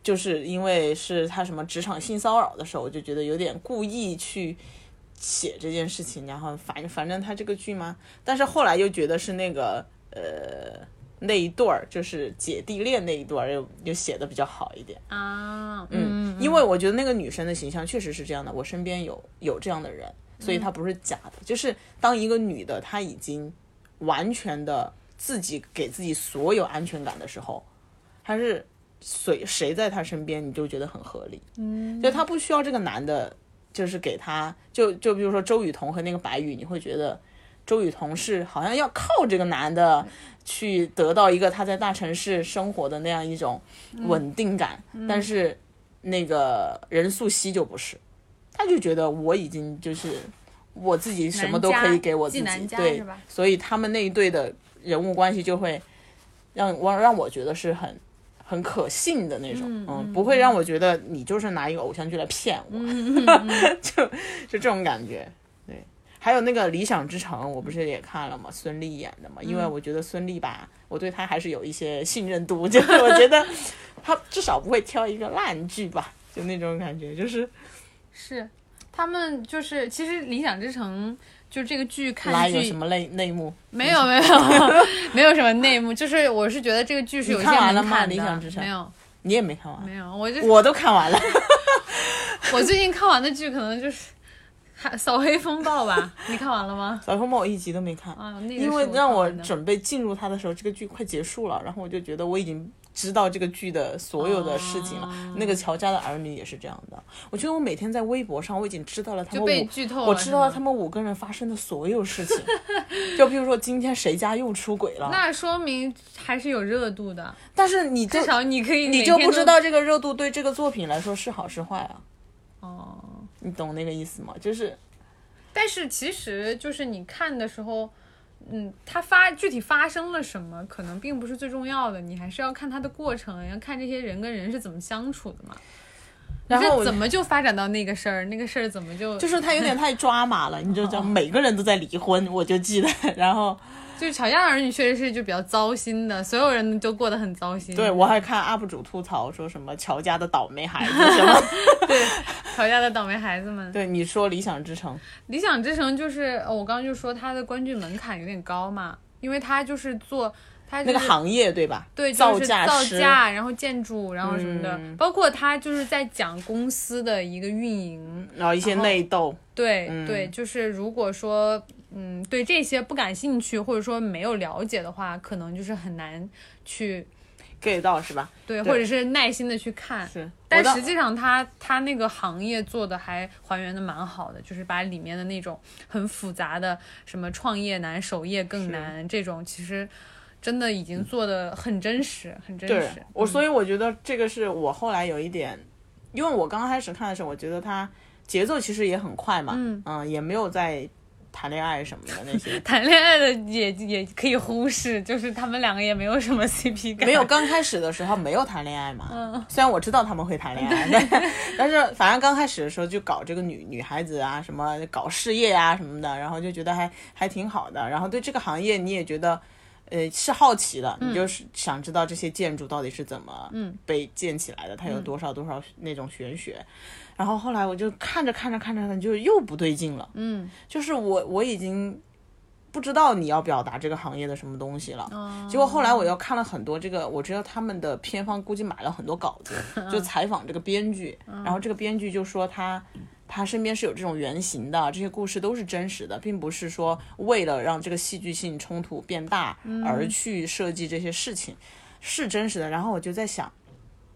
Speaker 2: 就是因为是他什么职场性骚扰的时候，我就觉得有点故意去写这件事情，然后反反正他这个剧嘛，但是后来又觉得是那个呃那一对儿，就是姐弟恋那一对儿又又写的比较好一点，
Speaker 3: 啊，嗯，
Speaker 2: 因为我觉得那个女生的形象确实是这样的，我身边有有这样的人，所以她不是假的，就是当一个女的她已经完全的自己给自己所有安全感的时候，她是谁谁在她身边你就觉得很合理，嗯，就她不需要这个男的，就是给她就就比如说周雨彤和那个白宇，你会觉得。周雨彤是好像要靠这个男的去得到一个她在大城市生活的那样一种稳定感，但是那个任素汐就不是，她就觉得我已经就是我自己什么都可以给我自
Speaker 3: 男家
Speaker 2: 己，
Speaker 3: 即男家
Speaker 2: 对
Speaker 3: 是吧，
Speaker 2: 所以他们那一对的人物关系就会让我让我觉得是很很可信的那种，嗯，不会让我觉得你就是拿一个偶像剧来骗我， <laughs> 就就这种感觉。对，还有那个《理想之城》，我不是也看了吗？孙俪演的嘛，
Speaker 3: 嗯
Speaker 2: 因为我觉得孙俪吧，我对她还是有一些信任度， <laughs> 就是我觉得她至少不会挑一个烂剧吧，就那种感觉，就是
Speaker 3: 是，他们就是其实《理想之城》就这个剧
Speaker 2: 来
Speaker 3: 看
Speaker 2: 有什
Speaker 3: 剧
Speaker 2: 么内内幕？
Speaker 3: 没有
Speaker 2: <laughs>
Speaker 3: 没有没有什么内幕，就是我是觉得这个剧是有一
Speaker 2: 你
Speaker 3: 些
Speaker 2: 看完
Speaker 3: 门
Speaker 2: 了
Speaker 3: 槛
Speaker 2: 吗
Speaker 3: 的，
Speaker 2: 理想之城
Speaker 3: 没有
Speaker 2: 你也没看完，
Speaker 3: 没有，我就
Speaker 2: 我都看完了。 <laughs>
Speaker 3: 我最近看完的剧可能就是还《扫黑风暴》吧，你看完了吗？
Speaker 2: 小红帽我一集都没看，
Speaker 3: 啊，那个
Speaker 2: 因为
Speaker 3: 是
Speaker 2: 让
Speaker 3: 看
Speaker 2: 我
Speaker 3: 完的
Speaker 2: 准备进入它的时候，这个剧快结束了，然后我就觉得我已经知道这个剧的所有的事情了。
Speaker 3: 啊
Speaker 2: 那个乔家的儿女也是这样的，我觉得我每天在微博上我已经知道了他们
Speaker 3: 就被
Speaker 2: 五，
Speaker 3: 剧透了，
Speaker 2: 我知道了
Speaker 3: 是
Speaker 2: 他
Speaker 3: 吗。
Speaker 2: 们五个人发生的所有事情， <laughs> 就比如说今天谁家又出轨了，
Speaker 3: 那说明还是有热度的，
Speaker 2: 但是你就
Speaker 3: 至少你可以
Speaker 2: 你
Speaker 3: 每
Speaker 2: 就
Speaker 3: 天
Speaker 2: 不知
Speaker 3: 都
Speaker 2: 道这个热度对这个作品来说是好是坏啊，
Speaker 3: 哦。
Speaker 2: 你懂那个意思吗？就是
Speaker 3: 但是其实就是你看的时候，嗯，它发具体发生了什么，可能并不是最重要的，你还是要看它的过程，要看这些人跟人是怎么相处的嘛。
Speaker 2: 然后
Speaker 3: 这
Speaker 2: 我
Speaker 3: 怎么就发展到那个事儿？那个事儿怎么就
Speaker 2: 就是他有点太抓马了，你
Speaker 3: 哦
Speaker 2: 就知道每个人都在离婚，我就记得，然后。
Speaker 3: 就是吵架的儿女确实是就比较糟心的，所有人都过得很糟心。
Speaker 2: 对，我还看 UP 主吐槽说什么乔家的倒霉孩子什么。
Speaker 3: <laughs> 吵架的倒霉孩子们。
Speaker 2: 对，你说《理想之城》，
Speaker 3: 理想之城就是呃我刚刚就说它的观剧门槛有点高嘛，因为它就是做它、就
Speaker 2: 那
Speaker 3: 是、
Speaker 2: 个行业对吧？
Speaker 3: 对，
Speaker 2: 造
Speaker 3: 就是
Speaker 2: 价
Speaker 3: 造
Speaker 2: 师。
Speaker 3: 价，然后建筑，然后什么的，
Speaker 2: 嗯
Speaker 3: 包括他就是在讲公司的一个运营。
Speaker 2: 然后一些
Speaker 3: 然后
Speaker 2: 内斗，
Speaker 3: 对、对，
Speaker 2: 嗯
Speaker 3: 就是如果说嗯对这些不感兴趣，或者说没有了解的话，可能就是很难去
Speaker 2: get 到是吧？对
Speaker 3: 对，或者是耐心的去看。
Speaker 2: 是，
Speaker 3: 但
Speaker 2: 我倒
Speaker 3: 实际上他，他那个行业做的还还原的蛮好的，就是把里面的那种很复杂的什么创业难、守业更难这种，其实真的已经做的很真实，很真
Speaker 2: 嗯对
Speaker 3: 实。，
Speaker 2: 我，所以我觉得这个是我后来有一点，因为我刚开始看的时候，我觉得它节奏其实也很快嘛，嗯也没有在谈恋爱什么的那些
Speaker 3: 谈恋爱的也也可以忽视，就是他们两个也没有什么 <laughs> CP 感，
Speaker 2: <laughs> 没有刚开始的时候没有谈恋爱嘛，虽然我知道他们会谈恋爱，但但是 <laughs> 反正刚开始的时候就搞这个女女孩子啊，什么搞事业啊什么的，然后就觉得还还挺好的，然后对这个行业你也觉得。呃，是好奇的，你就是想知道这些建筑到底是怎么被建起来的，它有多少多少那种玄学。然后后来我就看着看着看着，看着就又不对劲了。嗯，就是我我已经不知道你要表达这个行业的什么东西了。结果后来我又看了很多这个，我知道他们的片方估计买了很多稿子，
Speaker 3: 嗯
Speaker 2: 就采访这个编剧，然后这个编剧就说他。他身边是有这种原型的，这些故事都是真实的，并不是说为了让这个戏剧性冲突变大
Speaker 3: 嗯
Speaker 2: 而去设计这些事情，是真实的。然后我就在想，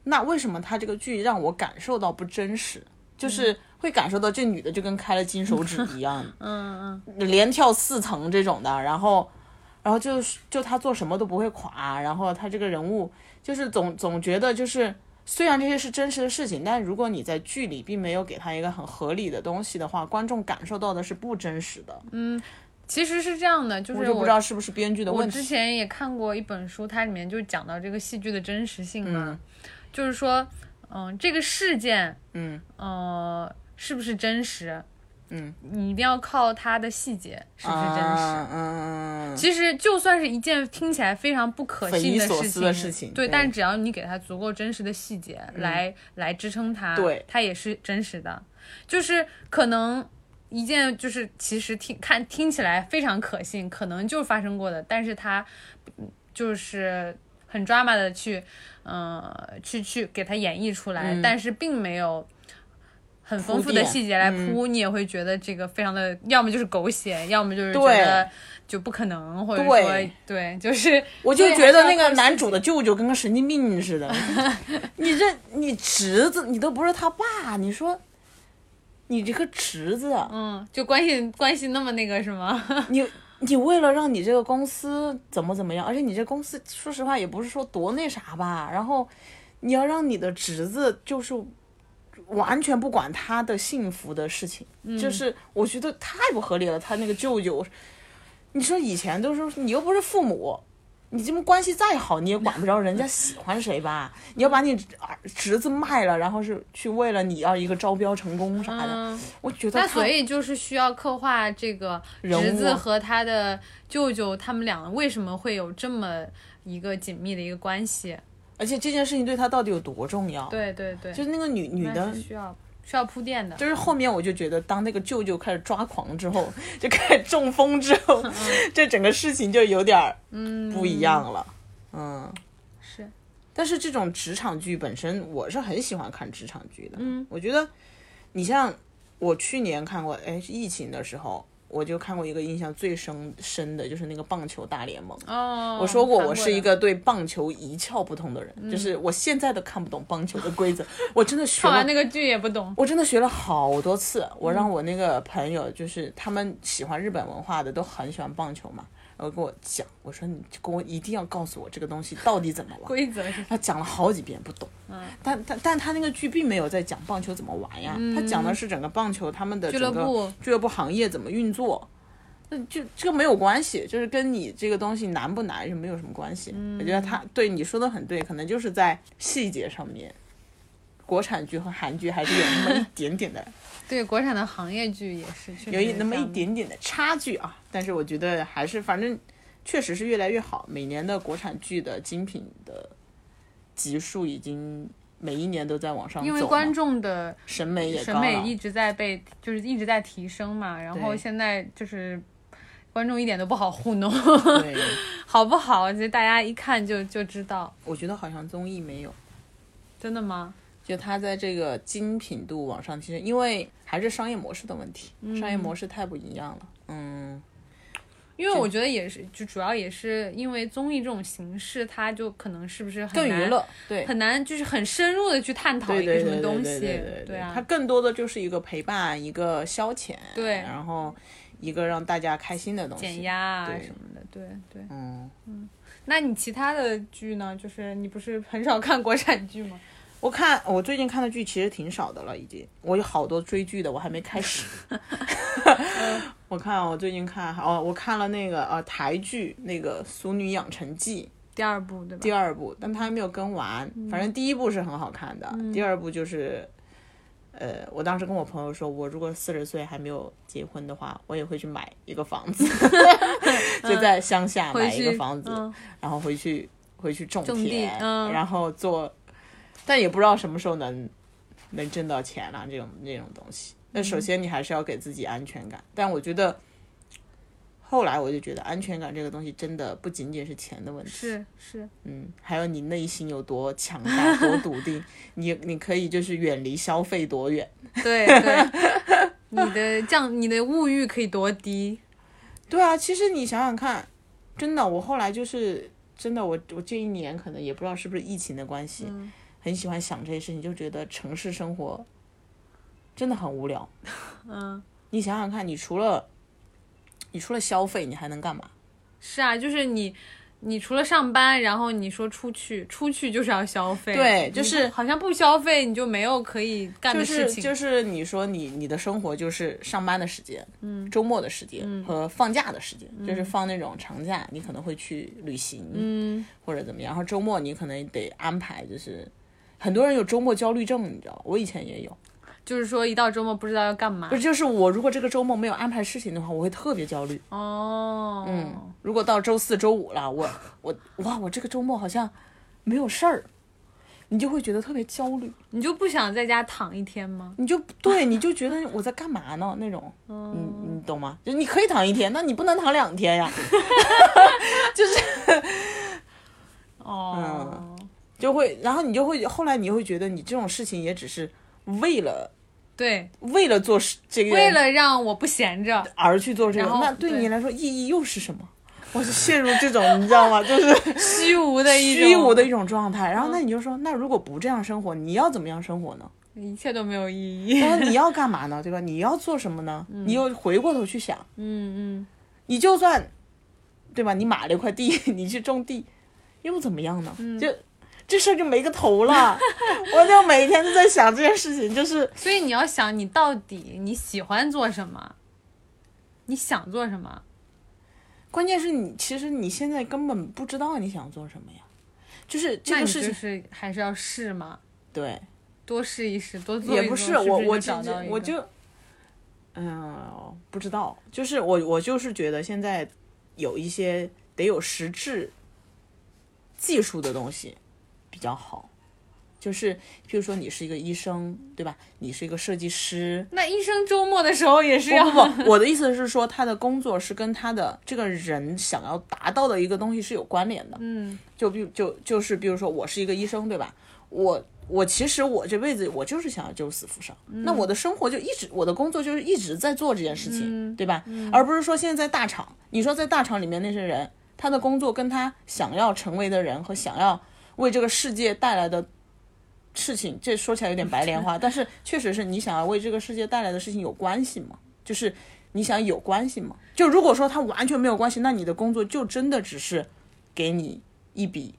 Speaker 2: 那为什么他这个剧让我感受到不真实？就是会感受到这女的就跟开了金手指一样，
Speaker 3: <laughs> 嗯嗯
Speaker 2: 连跳四层这种的，然后，然后就是就他做什么都不会垮，然后他这个人物就是总总觉得就是虽然这些是真实的事情，但如果你在剧里并没有给他一个很合理的东西的话，观众感受到的是不真实的。
Speaker 3: 嗯，其实是这样的，就
Speaker 2: 我
Speaker 3: 是我
Speaker 2: 就不知道是不是编剧的
Speaker 3: 我
Speaker 2: 问
Speaker 3: 之
Speaker 2: 题。
Speaker 3: 前也看过一本书，它里面就讲到这个戏剧的真实性嘛，
Speaker 2: 嗯
Speaker 3: 就是说，嗯，这个事件，
Speaker 2: 嗯，
Speaker 3: 呃，是不是真实？
Speaker 2: 嗯，
Speaker 3: 你一定要靠它的细节是不是真实。
Speaker 2: 啊嗯嗯嗯
Speaker 3: 其实就算是一件听起来非常不可信
Speaker 2: 匪夷所
Speaker 3: 事
Speaker 2: 思
Speaker 3: 情，
Speaker 2: 的事情嗯
Speaker 3: 对，
Speaker 2: 对
Speaker 3: 但只要你给它足够真实的细节来、来支撑它，
Speaker 2: 对
Speaker 3: 它也是真实的。就是可能一件就是其实听看听起来非常可信，可能就发生过的，但是它嗯就是很 drama 的去，呃，去去给它演绎出来，
Speaker 2: 嗯
Speaker 3: 但是并没有。很丰富的
Speaker 2: 垫嗯
Speaker 3: 细节来铺，你也会觉得这个非常的，要么就是狗血，要么就是觉
Speaker 2: 对
Speaker 3: 得就不可能，或者说
Speaker 2: 对
Speaker 3: 对就是
Speaker 2: 我就觉得那个男主的舅舅跟个神经病似
Speaker 3: <laughs>
Speaker 2: 的，你这你侄子你都不是他爸，你说你这个侄子，啊
Speaker 3: 嗯，就关系关系那么那个是吗？
Speaker 2: 你你为了让你这个公司怎么怎么样，而且你这公司说实话也不是说多那啥吧，然后你要让你的侄子就是完全不管他的幸福的事情，
Speaker 3: 嗯
Speaker 2: 就是我觉得太不合理了。他那个舅舅，你说以前都是你又不是父母。你这么关系再好，你也管不着人家喜欢谁吧？你要把你儿侄子卖了，然后是去为了你要一个招标成功啥的，
Speaker 3: <laughs> 嗯，
Speaker 2: 我觉得
Speaker 3: 那
Speaker 2: 太
Speaker 3: 所以就是需要刻画这个
Speaker 2: 人
Speaker 3: 侄子
Speaker 2: 物
Speaker 3: 和他的舅舅，他们俩为什么会有这么一个紧密的一个关系？
Speaker 2: 而且这件事情对他到底有多重要？
Speaker 3: 对对对，
Speaker 2: 就是那个女女
Speaker 3: 那
Speaker 2: 的
Speaker 3: 是，需要需要铺垫的。
Speaker 2: 就是后面我就觉得，当那个舅舅开始抓狂之后， <laughs> 就开始中风之后，
Speaker 3: 嗯
Speaker 2: <laughs> 这整个事情就有点儿不一样了。嗯，
Speaker 3: 是，
Speaker 2: 但是这种职场剧本身，我是很喜欢看职场剧的。
Speaker 3: 嗯，
Speaker 2: 我觉得你像我去年看过，哎，疫情的时候。我就看过一个印象最深深的就是那个棒球大联盟，
Speaker 3: 哦，
Speaker 2: 我说过，
Speaker 3: 韩
Speaker 2: 我
Speaker 3: 国
Speaker 2: 是
Speaker 3: 的
Speaker 2: 一个对棒球一窍不通的人，就是我现在都看不懂棒球的规
Speaker 3: <laughs>
Speaker 2: 则，我真的学
Speaker 3: 看
Speaker 2: 了
Speaker 3: 完啊那个剧也不懂。
Speaker 2: 我真的学了好多次。我让我那个朋友，就是他们喜欢日本文化的，都很喜欢棒球嘛，然后跟我讲，我说你跟我一定要告诉我这个东西到底怎么玩。
Speaker 3: 规则是
Speaker 2: 他讲了好几遍不懂，
Speaker 3: 嗯
Speaker 2: 但但但他那个剧并没有在讲棒球怎么玩呀，他讲的是整个棒球他们的
Speaker 3: 嗯俱
Speaker 2: 整
Speaker 3: 乐
Speaker 2: 个
Speaker 3: 部
Speaker 2: 俱乐部行业怎么运作，那就这个没有关系，就是跟你这个东西难不难是没有什么关系。我觉得
Speaker 3: 嗯
Speaker 2: 他对你说的很对，可能就是在细节上面，国产剧和韩剧还是有那么一点点的，
Speaker 3: 对国产的行业剧也是，确实
Speaker 2: 有一
Speaker 3: 是
Speaker 2: 那么
Speaker 3: 这
Speaker 2: 一
Speaker 3: 样的
Speaker 2: 点点的差距啊。但是我觉得还是反正确实是越来越好，每年的国产剧的精品的集数已经。每一年都在往上走
Speaker 3: 因
Speaker 2: 嘛，
Speaker 3: 为观众的
Speaker 2: 审美也
Speaker 3: 审
Speaker 2: 高
Speaker 3: 美
Speaker 2: 了
Speaker 3: 一直在被就是一直在提升嘛，然后
Speaker 2: 对
Speaker 3: 现在就是观众一点都不好糊弄，
Speaker 2: 对，
Speaker 3: <laughs> 好不好？就大家一看就就知道，
Speaker 2: 我觉得好像综艺没有，
Speaker 3: 真的吗？
Speaker 2: 就它在这个精品度往上提升，因为还是商业模式的问题，
Speaker 3: 嗯
Speaker 2: 商业模式太不一样了。嗯，
Speaker 3: 因为我觉得也是，就主要也是因为综艺这种形式，它就可能是不是很
Speaker 2: 更娱
Speaker 3: 难
Speaker 2: 乐，对，
Speaker 3: 很难就是很深入的去探讨
Speaker 2: 对
Speaker 3: 一个
Speaker 2: 对
Speaker 3: 什
Speaker 2: 对对
Speaker 3: 么东
Speaker 2: 对
Speaker 3: 西，
Speaker 2: 对
Speaker 3: 对
Speaker 2: 它
Speaker 3: 啊，
Speaker 2: 更多的就是一个陪伴，一个消遣，
Speaker 3: 对
Speaker 2: 然后一个让大家开心的东西，
Speaker 3: 减压啊
Speaker 2: 对
Speaker 3: 什么的，对对。
Speaker 2: 嗯。
Speaker 3: 那你其他的剧呢？就是你不是很少看国产剧吗？
Speaker 2: 我看我最近看的剧其实挺少的了，已经。我有好多追剧的，我还没开
Speaker 3: <laughs>
Speaker 2: 始。 <laughs> 我看我最近看哦，我看了那个呃台剧那个《俗女养成记》
Speaker 3: 第二部对吧？
Speaker 2: 第二部，但它还没有更完。
Speaker 3: 嗯
Speaker 2: 反正第一部是很好看的，第二部就是，呃，我当时跟我朋友说，我如果四十岁还没有结婚的话，我也会去买一个房
Speaker 3: <laughs>
Speaker 2: 子， <laughs> 就在乡下
Speaker 3: 回
Speaker 2: 买一
Speaker 3: 去
Speaker 2: 个房子，
Speaker 3: 嗯
Speaker 2: 然后回去回去种田，
Speaker 3: 种地嗯
Speaker 2: 然后做，但也不知道什么时候能能挣到钱啦、这种这种东西。那首先你还是要给自己安全感，但我觉得后来我就觉得安全感这个东西真的不仅仅是钱的问题，
Speaker 3: 是是，
Speaker 2: 嗯，还有你内心有多强 <laughs> 大、多笃定，你你可以就是远离消费多远，
Speaker 3: <laughs> 对对，
Speaker 2: <laughs>
Speaker 3: 你的降你的物欲可以多低？
Speaker 2: 对啊，其实你想想看，真的，我后来就是真的，我我这一年可能也不知道嗯是不是疫情的关系，很喜欢想这些事情，就觉得城市生活真的很无聊。
Speaker 3: 嗯，
Speaker 2: 你想想看，你除了你除了消费，你还能干嘛？
Speaker 3: 是啊，就是你，你除了上班，然后你说出去，出去就是要消费，
Speaker 2: 对
Speaker 3: 你
Speaker 2: 就是
Speaker 3: 好像不消费你就没有可以干
Speaker 2: 就
Speaker 3: 的事
Speaker 2: 是
Speaker 3: 情，
Speaker 2: 就是你说你你的生活就是上班的时间，嗯，周末的时间和放假的时间，就是放那种长假，你可能会去旅行，
Speaker 3: 嗯，
Speaker 2: 或者怎么样。然后周末你可能得安排，就是很多人有周末焦虑症，你知道吧？我以前也有，
Speaker 3: 就是说一到周末不知道要干嘛
Speaker 2: 不，是就是我如果这个周末没有安排事情的话，我会特别焦虑。
Speaker 3: 哦，
Speaker 2: 嗯，如果到周四周五了，
Speaker 3: <laughs>
Speaker 2: 我我哇，我这个周末好像没有事儿，你就会觉得特别焦虑，
Speaker 3: 你就不想在家躺一天吗？
Speaker 2: 你就对，你就觉得我在干嘛呢？那种，你你懂吗？就你可以躺一天，那你不能躺两天呀， <laughs>
Speaker 3: 哦，
Speaker 2: 嗯就会，然后你就会，后来你会觉得你这种事情也只是为了
Speaker 3: 对，
Speaker 2: 为了做事这个
Speaker 3: 为了让我不闲着，
Speaker 2: 而去做这个
Speaker 3: 然，后
Speaker 2: 那对
Speaker 3: 对
Speaker 2: 你来说意义又是什么？ <laughs> 我就陷入这种，你知道吗？就是
Speaker 3: 虚无的 <laughs> 一种
Speaker 2: 虚无的一种状态。然后那你就说，那如果不这样生活，你要怎么样生活呢？
Speaker 3: 一切都没有意
Speaker 2: <laughs>
Speaker 3: 义。
Speaker 2: 然后哎你要干嘛呢？对吧？你要做什么呢？你又回过头去想，
Speaker 3: 嗯嗯嗯，
Speaker 2: 你就算，对吧？你买了一块地， <laughs> 你去种地，又怎么样呢？
Speaker 3: 嗯
Speaker 2: 就这事儿就没个头
Speaker 3: <laughs>
Speaker 2: 了。我就每天都在想这件事情，就是
Speaker 3: 所以你要想你到底你喜欢做什么，你想做什么。
Speaker 2: 关键是你其实你现在根本不知道你想做什么呀。就是这
Speaker 3: 那
Speaker 2: 个
Speaker 3: 你
Speaker 2: 事情，
Speaker 3: 就是还是要试嘛，
Speaker 2: 对，
Speaker 3: 多试一试，多做一做。
Speaker 2: 也不
Speaker 3: 是
Speaker 2: 是我，
Speaker 3: 不是
Speaker 2: 我
Speaker 3: 找
Speaker 2: 就
Speaker 3: 到一个
Speaker 2: 我就，嗯、不知道，就是我我就是觉得现在有一些得有实质技术的东西比较好，就是譬如说你是一个医生，对吧？你是一个设计师。
Speaker 3: 那医生周末的时候也是要
Speaker 2: 不 <laughs> 不不，我的意思是说，他的工作是跟他的这个人想要达到的一个东西是有关联的。
Speaker 3: 嗯
Speaker 2: 就比就就是比如说我是一个医生，对吧？我我其实我这辈子我就是想要救死扶伤，那我的生活就一直我的工作就是一直在做这件事情，对吧？而不是说现在在大厂，你说在大厂里面那些人，他的工作跟他想要成为的人和想要为这个世界带来的。事情这说起来有点白莲 <laughs> 花，但是确实是你想要为这个世界带来的事情有关系吗？就是你想有关系吗？就如果说它完全没有关系，那你的工作就真的只是给你一笔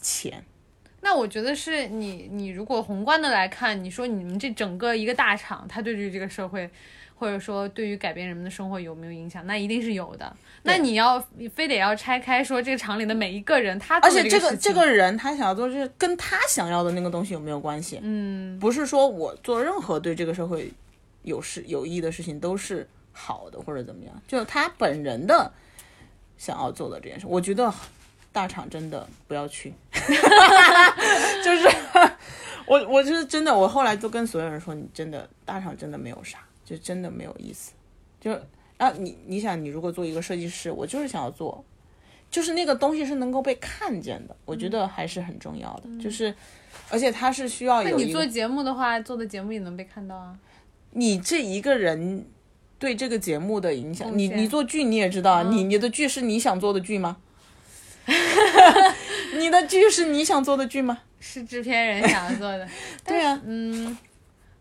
Speaker 2: 钱。
Speaker 3: <laughs> 那我觉得是你，你如果宏观的来看，你说你们这整个一个大厂，它对于这个社会，或者说对于改变人们的生活有没有影响，那一定是有的。那你要你非得要拆开说这个厂里的每一个人，他
Speaker 2: 而
Speaker 3: 做
Speaker 2: 且这个
Speaker 3: 事
Speaker 2: 这
Speaker 3: 情
Speaker 2: 个人他想要做这跟他想要的那个东西有没有关系？嗯，不是说我做任何对这个社会有事有益的事情都是好的或者怎么样，就是他本人的想要做的这件事。我觉得大厂真的不要去，就是我我就是真的，我后来都跟所有人说，你真的大厂真的没有啥，就真的没有意思，就是。啊，你你想，你如果做一个设计师，我就是想要做就是那个东西是能够被看见的，我
Speaker 3: 嗯
Speaker 2: 觉得还是很重要的。就是，而且它是需要
Speaker 3: 那
Speaker 2: 有
Speaker 3: 你
Speaker 2: 一
Speaker 3: 做
Speaker 2: 个
Speaker 3: 节目的话，做的节目也能被看到啊。
Speaker 2: 你这一个人对这个节目的影响。
Speaker 3: 贡
Speaker 2: 你
Speaker 3: 献嗯
Speaker 2: 你做剧你也知道啊，你你的剧是你想做的剧吗？ <laughs> 你的剧是你想做的剧吗？
Speaker 3: 是制片人想要做的。 <laughs>
Speaker 2: 对啊，
Speaker 3: 嗯，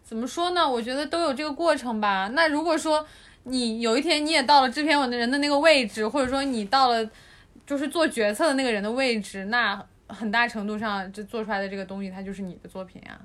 Speaker 3: 怎么说呢？我觉得都有这个过程吧。那如果说你有一天你也到了制片人的人的那个位置，或者说你到了就是做决策的那个人的位置，那很大程度上这做出来的这个东西，它就是你的作品呀、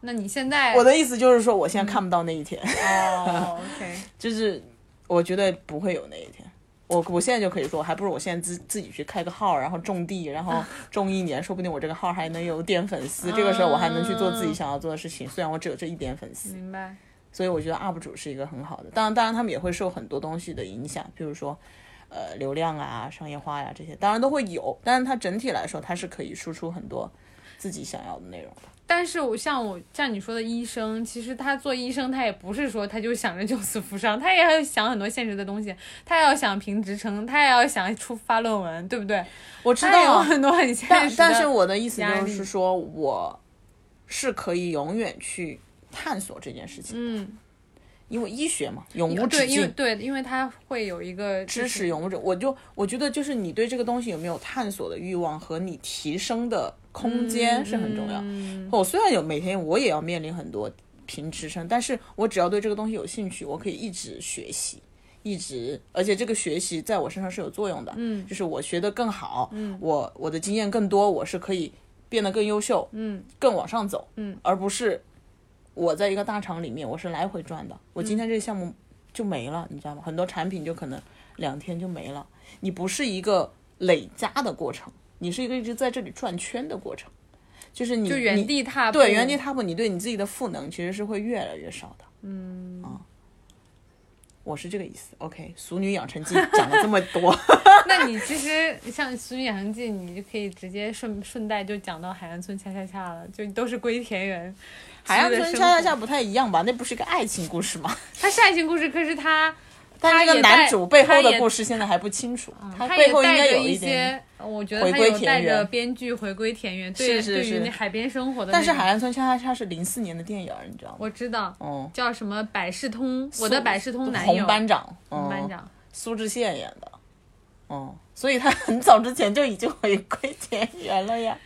Speaker 3: 那你现在
Speaker 2: 我的意思就是说，我现在看不到那一天，
Speaker 3: 哦，OK，
Speaker 2: 就是我觉得不会有那一天。我我现在就可以说，还不如我现在自自己去开个号，然后种地，然后种一年，说不定我这个号还能有点粉丝。这个时候我还能去做自己想要做的事情，虽然我只有这一点粉丝。
Speaker 3: 明白。
Speaker 2: 所以我觉得 UP 主是一个很好的，当然当然他们也会受很多东西的影响，比如说，呃，流量啊、商业化呀、这些，当然都会有。但是它整体来说，它是可以输出很多自己想要的内容的。
Speaker 3: 但是我像我像你说的医生，其实他做医生，他也不是说他就想着救死扶伤，他也要想很多现实的东西，他也要想评职称，他也要想出发论文，对不对？
Speaker 2: 我知
Speaker 3: 他
Speaker 2: 道
Speaker 3: 也有 <laughs>
Speaker 2: 啊，
Speaker 3: 很多很现
Speaker 2: <laughs> 但
Speaker 3: 实的。
Speaker 2: 但是我的意思
Speaker 3: 压
Speaker 2: 就
Speaker 3: 力
Speaker 2: 是说，我是可以永远去探索这件事情，
Speaker 3: 嗯，
Speaker 2: 因为医学嘛，永无止
Speaker 3: 对，因为
Speaker 2: 境，
Speaker 3: 对，因为他会有一个
Speaker 2: 知识永无止。我就我觉得就是你对这个东西有没有探索的欲望和你嗯哦提升的空间是很重要。我虽然有每天我也要面临很多评职称，但是我只要对这个东西有兴趣，我可以一直学习，一直，而且这个学习在我身上是有作用的，嗯，就是我学得更好，嗯，我我的经验更多，我是可以变得更优秀，嗯，更往上走，嗯，而不是我在一个大厂里面我是来回转的，我
Speaker 3: 嗯
Speaker 2: 今天这个项目就没了，你知道吗？很多产品就可能两天就没了，你不是一个累加的过程，你是一个一直在这里转圈的过程。就是你
Speaker 3: 就原地踏步，
Speaker 2: 对，原地踏步，你对你自己的赋能其实是会越来越少的。嗯，啊，我是这个意思。OK，《俗女养成记》讲了这么
Speaker 3: <laughs>
Speaker 2: 多，
Speaker 3: 那你其实像《俗女养成记》，你就可以直接顺顺带就讲到海岸村恰恰恰了，就都是归田园。
Speaker 2: 海岸村
Speaker 3: 生活
Speaker 2: 恰恰恰不太一样吧？那不是一个爱情故事吗？
Speaker 3: 它是爱情故事，可是它
Speaker 2: 但
Speaker 3: 它
Speaker 2: 这个
Speaker 3: 也
Speaker 2: 男
Speaker 3: 带
Speaker 2: 主背后
Speaker 3: 它
Speaker 2: 的
Speaker 3: 也
Speaker 2: 故事现在还不清楚，他
Speaker 3: 它
Speaker 2: 背
Speaker 3: 也
Speaker 2: 后应
Speaker 3: 带
Speaker 2: 该
Speaker 3: 着
Speaker 2: 有
Speaker 3: 一
Speaker 2: 点。
Speaker 3: 些，我觉得
Speaker 2: 回
Speaker 3: 它
Speaker 2: 归
Speaker 3: 有
Speaker 2: 田
Speaker 3: 带
Speaker 2: 园
Speaker 3: 着编剧回归田园，对
Speaker 2: 是是
Speaker 3: 对
Speaker 2: 是
Speaker 3: 于那海边生活的那
Speaker 2: 但
Speaker 3: 种。
Speaker 2: 是海岸村恰恰恰是零四年的电影，你知道吗？
Speaker 3: 我知道
Speaker 2: 哦，
Speaker 3: 叫什么百事通，我的百事通男友
Speaker 2: 红班长，
Speaker 3: 红班
Speaker 2: 嗯
Speaker 3: 长，
Speaker 2: 苏志燮演的，嗯，所以他很早之前就已经回归田园了呀。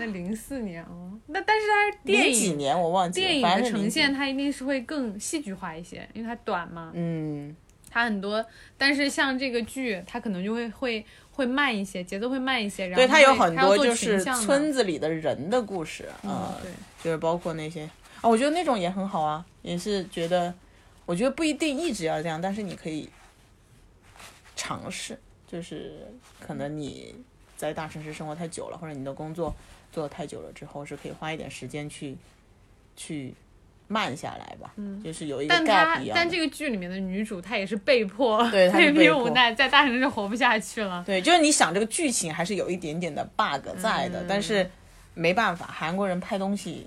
Speaker 3: 那零四年哦，那但是它是电
Speaker 2: 零几
Speaker 3: 影。
Speaker 2: 年我忘记了，
Speaker 3: 电影
Speaker 2: 反
Speaker 3: 的
Speaker 2: 正是零
Speaker 3: 呈
Speaker 2: 几
Speaker 3: 现，它一定是会更戏剧化一些，因为它短嘛。
Speaker 2: 嗯，
Speaker 3: 它很多，但是像这个剧，它可能就会会会慢一些，节奏会慢一些。然后
Speaker 2: 对，它
Speaker 3: 它
Speaker 2: 有
Speaker 3: 会
Speaker 2: 很
Speaker 3: 它要
Speaker 2: 多
Speaker 3: 做
Speaker 2: 就
Speaker 3: 群
Speaker 2: 是
Speaker 3: 像的
Speaker 2: 村子里的人的故事，
Speaker 3: 嗯
Speaker 2: 呃，
Speaker 3: 对，
Speaker 2: 就是包括那些啊，我觉得那种也很好啊，也是觉得，我觉得不一定一直要这样，但是你可以尝试，就是可能你在大城市生活太久了，或者你的工作做得太久了之后，是可以花一点时间去去慢下来吧，嗯，就是有一个
Speaker 3: 但它
Speaker 2: gap 一
Speaker 3: 但
Speaker 2: 样的。
Speaker 3: 这个剧里面的女主她也是被迫
Speaker 2: 对
Speaker 3: <laughs>
Speaker 2: 她是被
Speaker 3: 逼
Speaker 2: 迫
Speaker 3: 无奈，在大城市活不下去了。
Speaker 2: 对，就是你想这个剧情还是有一点点的 bug 在的，但
Speaker 3: 嗯
Speaker 2: 是没办法，韩国人拍东
Speaker 3: <laughs>
Speaker 2: 西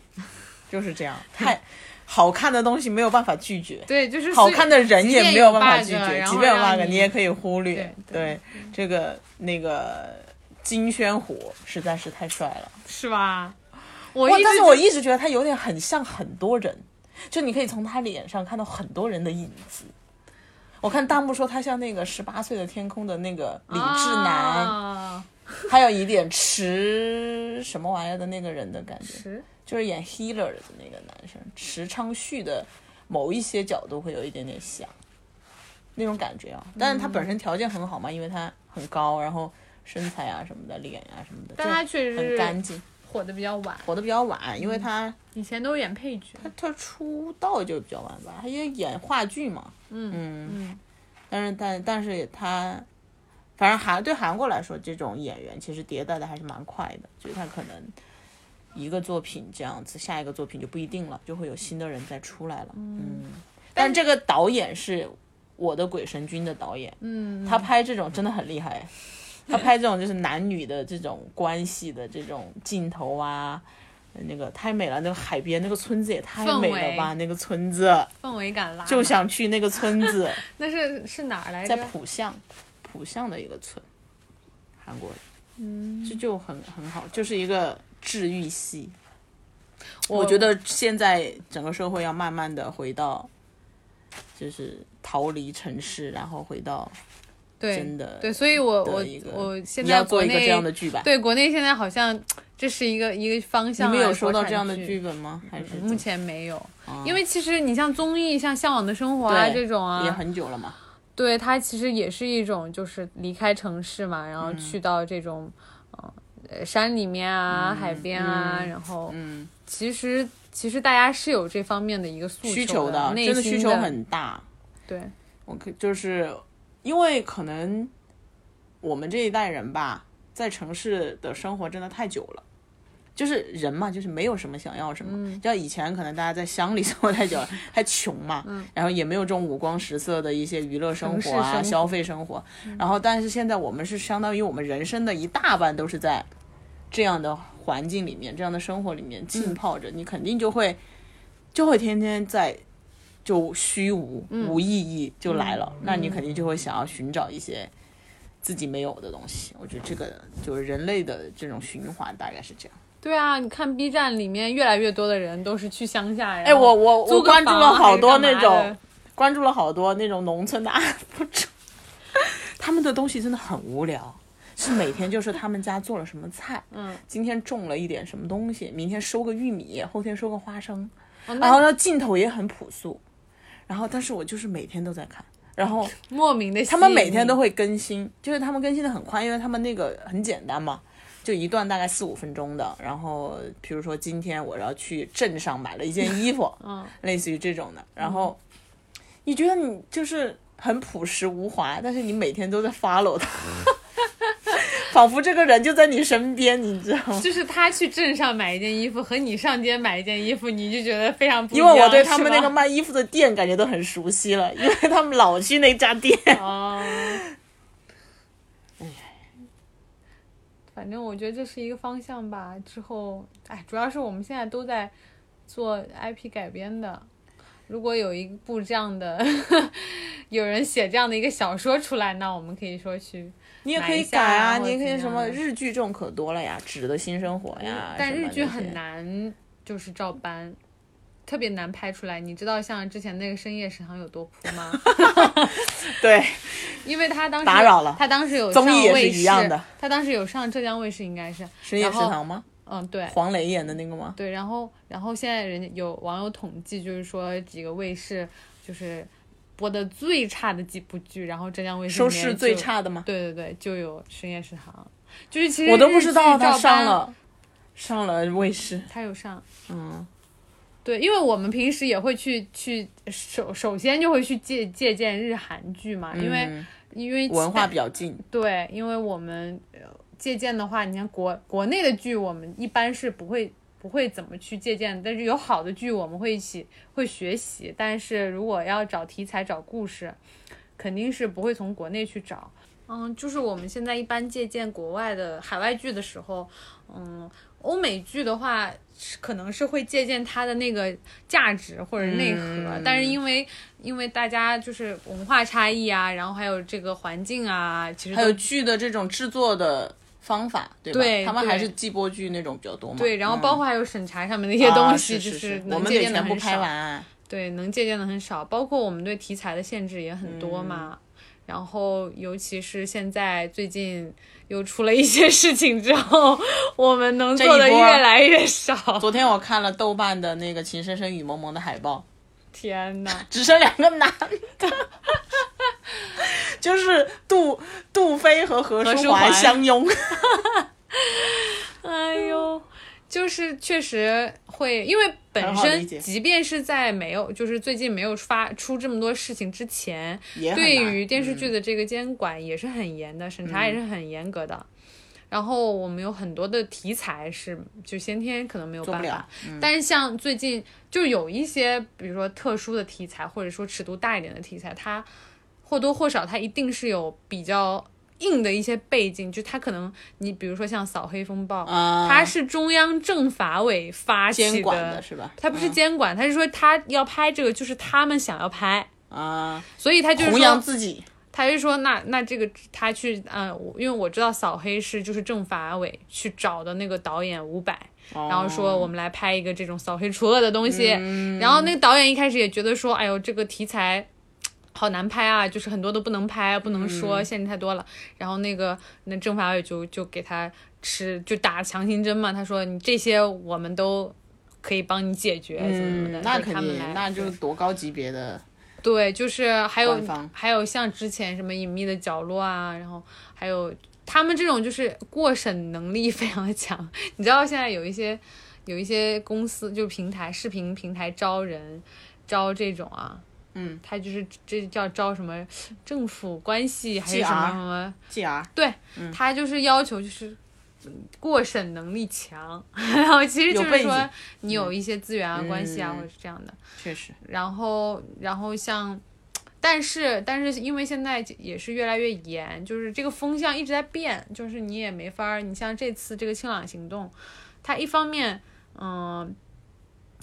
Speaker 2: 就是这样，太好看的东西没有办法拒绝，
Speaker 3: 对，就是
Speaker 2: 好看的人也没有办法拒
Speaker 3: 即便
Speaker 2: 绝，
Speaker 3: 有 bug，
Speaker 2: 即便有
Speaker 3: 然后
Speaker 2: bug
Speaker 3: 让你
Speaker 2: 也可以忽略。
Speaker 3: 对嗯对
Speaker 2: 这个那个金宣虎实在是太帅了，
Speaker 3: 是吧？我
Speaker 2: 哇
Speaker 3: 一直
Speaker 2: 但是我一直觉得他有点很像很多人，就你可以从他脸上看到很多人的影子。我看弹幕说他像那个十八岁的天空的那个李智南，
Speaker 3: 啊
Speaker 2: 还有一点池什么玩意儿的那个人的感觉，
Speaker 3: 是
Speaker 2: 就是演 healer 的那个男生，池昌旭的某一些角度会有一点点像，那种感觉啊。但是他本身条件很好嘛，因为他很高，然后身材啊什么的，脸啊什么的，
Speaker 3: 但他确
Speaker 2: 就
Speaker 3: 实嗯
Speaker 2: 很干
Speaker 3: 是
Speaker 2: 净。
Speaker 3: 火的比较晚，
Speaker 2: 火的比较晚，因为他
Speaker 3: 以前都演配角。
Speaker 2: 他出道就比较晚吧，他也演话剧嘛，
Speaker 3: 嗯，
Speaker 2: 但是但但是他，反正韩对韩国来说，这种演员其实迭代的还是蛮快的，就是他可能一个作品这样子，下一个作品就不一定了，就会有新的人再出来了。嗯，但这个导演是我的鬼神君的导演，嗯，他拍这种真的很厉 <laughs> 害，他拍这种就是男女的这种关系的这种镜头啊。那个太美了，那个海边那个村子也太
Speaker 3: 氛
Speaker 2: 美了
Speaker 3: 围
Speaker 2: 吧！那个村子
Speaker 3: 氛围感拉
Speaker 2: 就
Speaker 3: 满
Speaker 2: 想去那个村 <laughs> 子，
Speaker 3: 那是是哪儿来
Speaker 2: 在
Speaker 3: 着？
Speaker 2: 浦项，浦项的一个村，韩国，嗯，这就很很好，就是一个治愈系。我觉得现在整个社会要慢慢的回到，就是逃离城市，然后回到
Speaker 3: 对
Speaker 2: 真的
Speaker 3: 对，所以我
Speaker 2: 的
Speaker 3: 我
Speaker 2: 一个
Speaker 3: 我现
Speaker 2: 你
Speaker 3: 在
Speaker 2: 要做
Speaker 3: 国
Speaker 2: 一个
Speaker 3: 内
Speaker 2: 这样的剧吧。
Speaker 3: 对国内现在好像这是一个一个方
Speaker 2: 你
Speaker 3: 向啊。
Speaker 2: 们有收
Speaker 3: 说
Speaker 2: 到这样的剧
Speaker 3: 剧，
Speaker 2: 本吗？还是
Speaker 3: 目前没有，
Speaker 2: 啊
Speaker 3: 因为其实你像综艺，像《向往的生活》啊
Speaker 2: 对
Speaker 3: 这种
Speaker 2: 也
Speaker 3: 啊，
Speaker 2: 很久了嘛？
Speaker 3: 对它其实也是一种就是离开城市嘛，然后
Speaker 2: 嗯
Speaker 3: 去到这种呃山里面啊、海边啊，然后
Speaker 2: 嗯，
Speaker 3: 其实其实大家是有这方面的一个诉
Speaker 2: 需
Speaker 3: 求
Speaker 2: 求的，
Speaker 3: 内
Speaker 2: 真的
Speaker 3: 心
Speaker 2: 需求很大。
Speaker 3: 对，
Speaker 2: 我可就是因为可能我们这一代人吧，在城市的生活真的太久了。就是人嘛，就是没有什么想要什么。
Speaker 3: 嗯
Speaker 2: 像以前可能大家在乡里生 <laughs> 活太久了，还穷嘛，然后也没有这种五光十色的一些娱乐生
Speaker 3: 嗯城市
Speaker 2: 活啊、
Speaker 3: 生活嗯
Speaker 2: 消费生活。然后，但是现在我们是相当于我们人生的一大半都是在这样的环境里面、这样的生活里面
Speaker 3: 嗯
Speaker 2: 浸泡着，你肯定就会就会天天在就虚无、无意义就来了，那你肯定就会想要寻找一些自己没有的东西。我觉得这个就是人类的这种循环大概是这样。
Speaker 3: 对啊，你看 B 站里面越来越多的人都是去乡下呀。
Speaker 2: 哎，我我
Speaker 3: 租
Speaker 2: 我
Speaker 3: 个
Speaker 2: 关注
Speaker 3: 房啊
Speaker 2: 了
Speaker 3: 还
Speaker 2: 好
Speaker 3: 是
Speaker 2: 多
Speaker 3: 干
Speaker 2: 那
Speaker 3: 嘛
Speaker 2: 种 <laughs>
Speaker 3: 的
Speaker 2: 关注了好多那种农村的 <laughs> UP 主，他们的东西真的很无聊。是每天就是他们家做了什么菜，嗯，今天种了一点什么东西，明天收个玉米，后天收个花生，
Speaker 3: 哦那
Speaker 2: 然后呢镜头也很朴素，然后但是我就是每天都在看，然后
Speaker 3: 莫名的，
Speaker 2: 他们每天都，会更新，就是他们更新的很快，因为他们那个很简单嘛，就一段大概四五分钟的。然后比如说今天我要去镇上买了一件衣服，
Speaker 3: <laughs> 嗯，
Speaker 2: 类似于这种的。然后你觉得你就是很朴实无华，但是你每天都在 follow 他， <laughs> 仿佛这个人就在你身边，你知道吗？
Speaker 3: 就是他去镇上买一件衣服和你上街买一件衣服，你就觉得非常不一
Speaker 2: 因
Speaker 3: 样，
Speaker 2: 为我对他们那个
Speaker 3: 是吗
Speaker 2: 卖衣服的店感觉都很熟悉了，因为他们老去那家店。
Speaker 3: 哦，哎反正我觉得这是一个方向吧。之后，哎，主要是我们现在都在做 IP 改编的。如果有一部这样的， <laughs> 有人写这样的一个小说出来，那我们可以说去。
Speaker 2: 你也可以
Speaker 3: 买一下
Speaker 2: 改
Speaker 3: 啊
Speaker 2: 啊，
Speaker 3: 或
Speaker 2: 你
Speaker 3: 者
Speaker 2: 也可以什么
Speaker 3: 怎样嗯
Speaker 2: 日剧这种可多了呀，《纸的新生活》呀，
Speaker 3: 但
Speaker 2: 什么
Speaker 3: 日剧
Speaker 2: 那些
Speaker 3: 很。难，就是照搬，特别难拍出来。你知道像之前那个深夜食堂有多扑
Speaker 2: <laughs>
Speaker 3: 吗？
Speaker 2: 对，
Speaker 3: 因为他当时
Speaker 2: 打扰了
Speaker 3: 他当时有
Speaker 2: 综艺也
Speaker 3: 上
Speaker 2: 是
Speaker 3: 卫
Speaker 2: 一
Speaker 3: 视
Speaker 2: 样的，
Speaker 3: 他当时有上浙江卫视，应该是
Speaker 2: 深夜
Speaker 3: 然
Speaker 2: 食
Speaker 3: 后
Speaker 2: 堂吗？
Speaker 3: 嗯，对
Speaker 2: 黄磊演的那个吗？
Speaker 3: 对，然后然后现在人家有网友统计，就是说几个卫视就是播的最差的几部剧，然后浙江卫视
Speaker 2: 收
Speaker 3: 里面
Speaker 2: 视最
Speaker 3: 就，
Speaker 2: 差的吗？
Speaker 3: 对对对，就有《深夜食堂》，就是其实
Speaker 2: 我都不
Speaker 3: 日
Speaker 2: 知
Speaker 3: 剧
Speaker 2: 道他
Speaker 3: 照
Speaker 2: 上
Speaker 3: 搬，
Speaker 2: 了，上了卫视。
Speaker 3: 他有上，
Speaker 2: 嗯，
Speaker 3: 对，因为我们平时也会去去首首先就会去借借鉴日韩剧嘛，因为、
Speaker 2: 嗯
Speaker 3: 因为
Speaker 2: 文化比较近，
Speaker 3: 对，因为我们呃借鉴的话，你看国国内的剧，我们一般是不会不会怎么去借鉴，但是有好的剧，我们会一起会学习。但是如果要找题材、找故事，肯定是不会从国内去找。嗯，就是我们现在一般借鉴国外的海外剧的时候，嗯，欧美剧的话是可能是会借鉴它的那个价值或者内核，
Speaker 2: 嗯
Speaker 3: 但是因为因为大家就是文化差异啊，然后还有这个环境啊，其实
Speaker 2: 还
Speaker 3: 都
Speaker 2: 有剧的这种制作的方法，对吧？
Speaker 3: 对
Speaker 2: 他们还是
Speaker 3: 对
Speaker 2: 季播剧那种比较多嘛。
Speaker 3: 对，然后
Speaker 2: 嗯
Speaker 3: 包括还有审查上面的一些东西，
Speaker 2: 啊
Speaker 3: 就是
Speaker 2: 是我
Speaker 3: 能
Speaker 2: 们
Speaker 3: 借
Speaker 2: 得
Speaker 3: 鉴的
Speaker 2: 全部
Speaker 3: 很
Speaker 2: 拍
Speaker 3: 少。
Speaker 2: 完啊。
Speaker 3: 对，能借鉴的很少，包括我们对题材的限制也很
Speaker 2: 嗯
Speaker 3: 多嘛。然后，尤其是现在最近又出了一些事情之后，我们能
Speaker 2: 这
Speaker 3: 做
Speaker 2: 一
Speaker 3: 的
Speaker 2: 波
Speaker 3: 越来越少。
Speaker 2: 昨天我看了豆瓣的那个《情深深雨蒙蒙》的海报，
Speaker 3: 天呐，
Speaker 2: 只剩两个男的， <laughs> 就是杜杜飞和何
Speaker 3: 何
Speaker 2: 书
Speaker 3: 书桓
Speaker 2: 桓相拥。
Speaker 3: 哎呦，就是确实会，因为本
Speaker 2: 很好
Speaker 3: 身
Speaker 2: 理解
Speaker 3: 即便是在没有，就是最近没有发出这么多事情之前，
Speaker 2: 也很
Speaker 3: 对
Speaker 2: 难嗯
Speaker 3: 于电视剧的这个监管也是很严的，审查也是很严格的。然后我们有很多的题材是就先天可能没有
Speaker 2: 做
Speaker 3: 办
Speaker 2: 不
Speaker 3: 法
Speaker 2: 了，嗯
Speaker 3: 但是像最近就有一些，比如说特殊的题材，或者说尺度大一点的题材，它或多或少它一定是有比较硬的一些背景，就它可能你比如说像《扫黑风暴》
Speaker 2: 啊
Speaker 3: 它是中央政法委发起
Speaker 2: 监管的是吧？嗯
Speaker 3: 它不是监管，它是说它要拍这个，就是他们想要拍，
Speaker 2: 啊，
Speaker 3: 所以它就是
Speaker 2: 弘
Speaker 3: 说
Speaker 2: 扬自己
Speaker 3: 他就说那那这个他去呃，我因为我知道扫黑是就是政法委去找的那个导演伍佰，然
Speaker 2: 哦
Speaker 3: 后说我们来拍一个这种扫黑除恶的东西，
Speaker 2: 嗯
Speaker 3: 然后那个导演一开始也觉得说，哎呦这个题材。好难拍啊，就是很多都不能拍，不能
Speaker 2: 嗯
Speaker 3: 说，限制太多了。然后那个那政法委就就给他吃，就打强心针嘛。他说你这些我们都可以帮你解决，怎么怎么的。
Speaker 2: 嗯那
Speaker 3: 就
Speaker 2: 肯
Speaker 3: 他们来
Speaker 2: 定，那就是多高级别的
Speaker 3: 对，就是还有
Speaker 2: 官方
Speaker 3: 还有像之前什么隐秘的角落啊，然后还有他们这种就是过审能力 <laughs> 非常的强。你知道现在有一些有一些公司就是平台视频平台招人招这种啊，
Speaker 2: 嗯，
Speaker 3: 他就是这叫招什么政府关系还是什
Speaker 2: GR
Speaker 3: 么什么，
Speaker 2: GR。
Speaker 3: 对、
Speaker 2: 嗯
Speaker 3: 他就是要求就是。过审能力强， <laughs> 然后其实
Speaker 2: 有
Speaker 3: 就是
Speaker 2: 背
Speaker 3: 说
Speaker 2: 景
Speaker 3: 你有一些资源啊、关系啊，
Speaker 2: 嗯
Speaker 3: 或者是这样的。
Speaker 2: 确实，
Speaker 3: 然后然后像，但是但是因为现在也是越来越严，就是这个风向一直在变，就是你也没法儿。你像这次这个清朗行动，它一方面，嗯，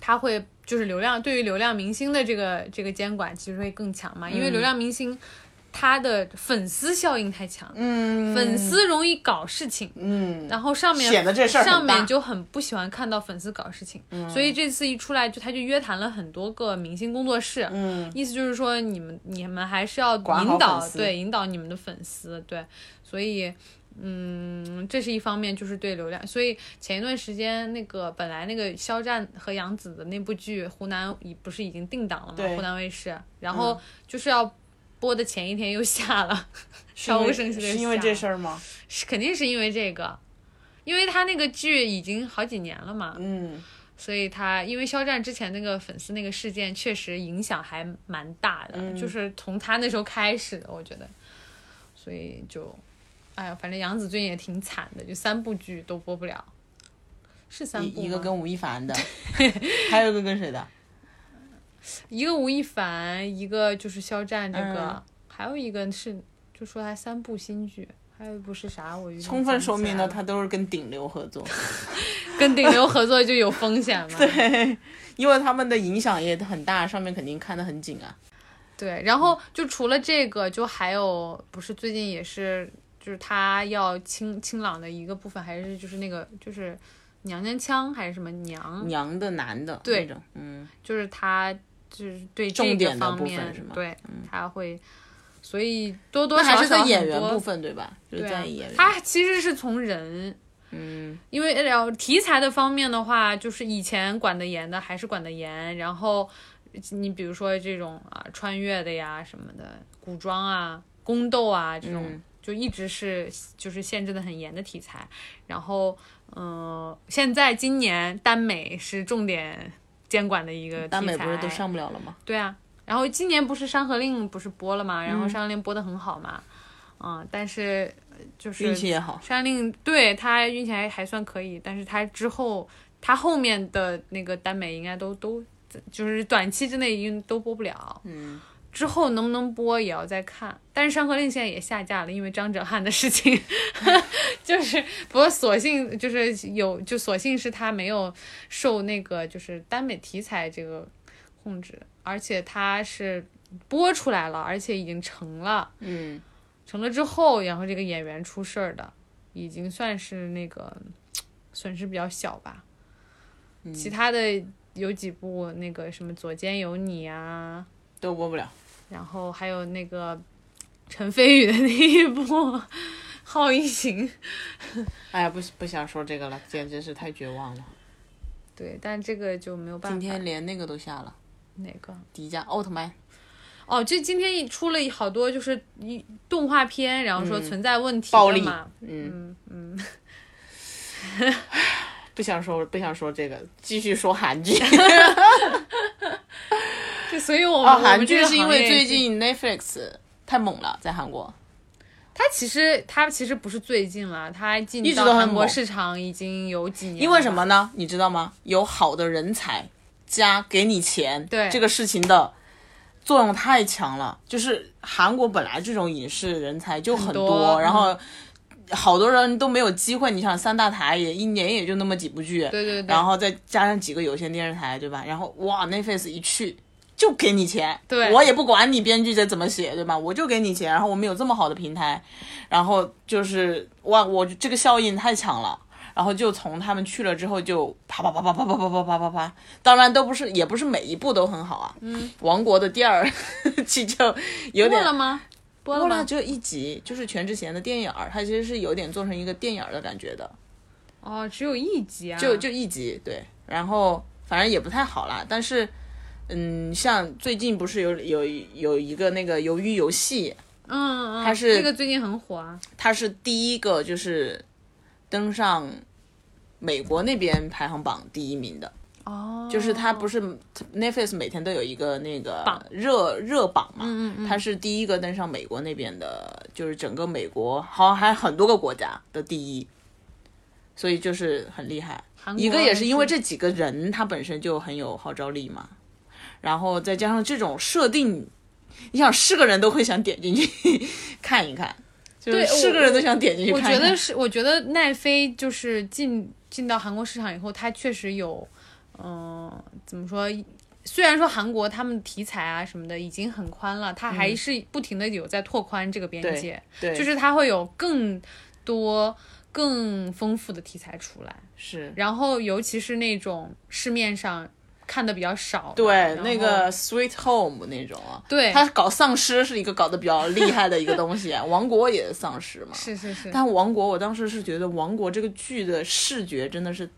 Speaker 3: 它会就是流量对于流量明星的这个这个监管其实会更强嘛，因为流量明星他的粉丝效应太强，
Speaker 2: 嗯
Speaker 3: 粉丝容易搞事情，
Speaker 2: 嗯，
Speaker 3: 然后上面
Speaker 2: 显得这事儿很
Speaker 3: 上面
Speaker 2: 大嗯
Speaker 3: 就很不喜欢看到粉丝搞事情，所以这次一出来就他就约谈了很多个明星工作室，
Speaker 2: 嗯
Speaker 3: 意思就是说你们你们还是要
Speaker 2: 管好
Speaker 3: 引导
Speaker 2: 粉丝
Speaker 3: 对引导你们的粉丝对，所以嗯，这是一方面，就是对流量。所以前一段时间那个本来那个肖战和杨紫的那部剧《湖南》已不是已经定档了吗
Speaker 2: 对？嗯
Speaker 3: 湖南卫视，然后就是要播的前一天又下了，
Speaker 2: 因
Speaker 3: 超
Speaker 2: 为
Speaker 3: 生气的
Speaker 2: 是因为这事儿吗？
Speaker 3: 是肯定是因为这个，因为他那个剧已经好几年了嘛，
Speaker 2: 嗯，
Speaker 3: 所以他因为肖战之前那个粉丝那个事件确实影响还蛮大的，
Speaker 2: 嗯
Speaker 3: 就是从他那时候开始的，我觉得，所以就，哎呀，反正杨紫最近也挺惨的，就三部剧都播不了，是三部
Speaker 2: 一一个
Speaker 3: 吗
Speaker 2: 跟吴亦凡
Speaker 3: <laughs>
Speaker 2: 的，还有一个跟谁的？
Speaker 3: 一个吴亦凡，一个就是肖战这个，
Speaker 2: 嗯
Speaker 3: 还有一个是就说他三部新剧。还有一部是啥？我有点
Speaker 2: 充分说明了
Speaker 3: 想不起
Speaker 2: 他都是跟顶流合作，
Speaker 3: 来了跟顶流合作就有风险
Speaker 2: <laughs>
Speaker 3: 嘛。对，
Speaker 2: 因为他们的影响也很大，上面肯定看得很紧啊。
Speaker 3: 对，然后就除了这个，就还有不是最近也是，就是他要清清朗的一个部分，还是就是那个就是娘娘腔还是什么娘，
Speaker 2: 娘的、男的
Speaker 3: 对
Speaker 2: 那种，嗯，
Speaker 3: 就是他就是对
Speaker 2: 重
Speaker 3: 这个
Speaker 2: 点的
Speaker 3: 方
Speaker 2: 部分
Speaker 3: 面
Speaker 2: 是吗，嗯
Speaker 3: 对，他会，所以多多
Speaker 2: 那还
Speaker 3: 少
Speaker 2: 是在
Speaker 3: 少
Speaker 2: 演
Speaker 3: 很
Speaker 2: 员
Speaker 3: 多
Speaker 2: 部分对吧？就是
Speaker 3: 对啊
Speaker 2: 在演员，
Speaker 3: 他其实是从人，
Speaker 2: 嗯，
Speaker 3: 因为然后题材的方面的话，就是以前管得严的还是管得严，然后你比如说这种啊穿越的呀什么的，古装啊、宫斗啊这种，
Speaker 2: 嗯
Speaker 3: 就一直是就是限制的很严的题材。然后嗯、呃现在今年耽美是重点监管的一个题材，
Speaker 2: 耽美不是都上不了了吗？
Speaker 3: 对啊，然后今年不是《山河令》不是播了嘛，然后
Speaker 2: 嗯
Speaker 3: 《山河令》播的很好嘛，嗯但是呃就是
Speaker 2: 运气也好，
Speaker 3: 山令对他运气还还算可以，但是他之后他后面的那个耽美应该都都就是短期之内应该都播不了，
Speaker 2: 嗯，
Speaker 3: 之后能不能播也要再看。但是《山河令》现在也下架了，因为张哲瀚的事情， <laughs> 就是不过索性就是有就索性是他没有受那个就是耽美题材这个控制，而且他是播出来了，而且已经成了。
Speaker 2: 嗯，
Speaker 3: 成了之后，然后这个演员出事儿的，已经算是那个损失比较小吧。
Speaker 2: 嗯
Speaker 3: 其他的有几部那个什么《左肩有你》啊，
Speaker 2: 都播不了。
Speaker 3: 然后还有那个陈飞宇的那一部《好一行》。
Speaker 2: 哎呀，不不想说这个了，简直是太绝望了。
Speaker 3: 对，但这个就没有办法。
Speaker 2: 今天连那个都下了，
Speaker 3: 哪个？
Speaker 2: 迪迦奥特曼，
Speaker 3: 哦，就今天一出了好多就是一动画片，然后说存在问题
Speaker 2: 嗯暴
Speaker 3: 的
Speaker 2: 力
Speaker 3: 嘛。
Speaker 2: 嗯
Speaker 3: 嗯 <laughs>
Speaker 2: 嗯，不想说不想说这个，继续说韩剧。
Speaker 3: 就所以我们、
Speaker 2: 啊，<laughs>
Speaker 3: 我
Speaker 2: 韩
Speaker 3: 们这
Speaker 2: 剧
Speaker 3: 个
Speaker 2: 是因
Speaker 3: 行
Speaker 2: 为
Speaker 3: 业
Speaker 2: 最近 Netflix 太猛了，在韩国。
Speaker 3: 它其实它其实不是最近了，它进
Speaker 2: 一直都
Speaker 3: 到
Speaker 2: 很
Speaker 3: 韩国
Speaker 2: 猛
Speaker 3: 市场已经有几年了吧。
Speaker 2: 因为什么呢？你知道吗？有好的人才加给你钱，
Speaker 3: 对
Speaker 2: 这个事情的作用太强了。就是韩国本来这种影视人才就很
Speaker 3: 很多
Speaker 2: 然后好多人都没有机会。你想三大台也一年也就那么几部剧，
Speaker 3: 对对对
Speaker 2: 然后再加上几个有线电视台，对吧？然后哇，Netflix 一去。就给你钱，
Speaker 3: 对
Speaker 2: 我也不管你编剧得怎么写，对吧？我就给你钱，然后我们有这么好的平台，然后就是哇，我这个效应太强了。然后就从他们去了之后，就啪啪啪啪啪啪啪啪啪啪啪，当然都不是，也不是每一部都很好啊。嗯，王国的第二 <laughs> 期就有
Speaker 3: 播
Speaker 2: 点
Speaker 3: 了吗？播
Speaker 2: 过
Speaker 3: 了
Speaker 2: 了，
Speaker 3: 吗？
Speaker 2: 只有一集，就是全智贤的电影儿，它其实是有点做成一个电影儿的感觉的，
Speaker 3: 哦，只有一集啊。
Speaker 2: 就就一集对。然后反正也不太好啦，但是嗯，像最近不是有有有一个那个《鱿鱼游戏》，
Speaker 3: 嗯嗯，
Speaker 2: 它是
Speaker 3: 这个最近很火啊。
Speaker 2: 它是第一个就是登上美国那边排行榜第一名的。
Speaker 3: 哦，
Speaker 2: 就是它不是 Netflix 每天都有一个那个
Speaker 3: 榜
Speaker 2: 热热榜嘛，
Speaker 3: 嗯嗯嗯
Speaker 2: 它是第一个登上美国那边的，就是整个美国好像还很多个国家的第一，所以就是很厉害。
Speaker 3: 韩国
Speaker 2: 一个也是因为这几个人他本身就很有号召力嘛，然后再加上这种设定，你想是个人都会想点进去 <laughs> 看一看，就是
Speaker 3: 对
Speaker 2: 是个人都想点进去
Speaker 3: 我
Speaker 2: 看一看。
Speaker 3: 觉得是，我觉得奈飞就是进进到韩国市场以后，它确实有，嗯、怎么说？虽然说韩国他们题材啊什么的已经很宽了，它还是不停的有在拓宽这个边界。
Speaker 2: 嗯对，
Speaker 3: 就是它会有更多、更丰富的题材出来，
Speaker 2: 是
Speaker 3: 然后尤其是那种市面上看的比较少的。
Speaker 2: 对
Speaker 3: 然，后
Speaker 2: 那个 Sweet Home 那种啊，
Speaker 3: 对
Speaker 2: 他搞丧尸是一个搞得比较厉害的一个东西，啊王国也丧尸
Speaker 3: <laughs>
Speaker 2: 嘛。
Speaker 3: 是是是，
Speaker 2: 但王国，我当时是觉得王国这个剧的视觉真的是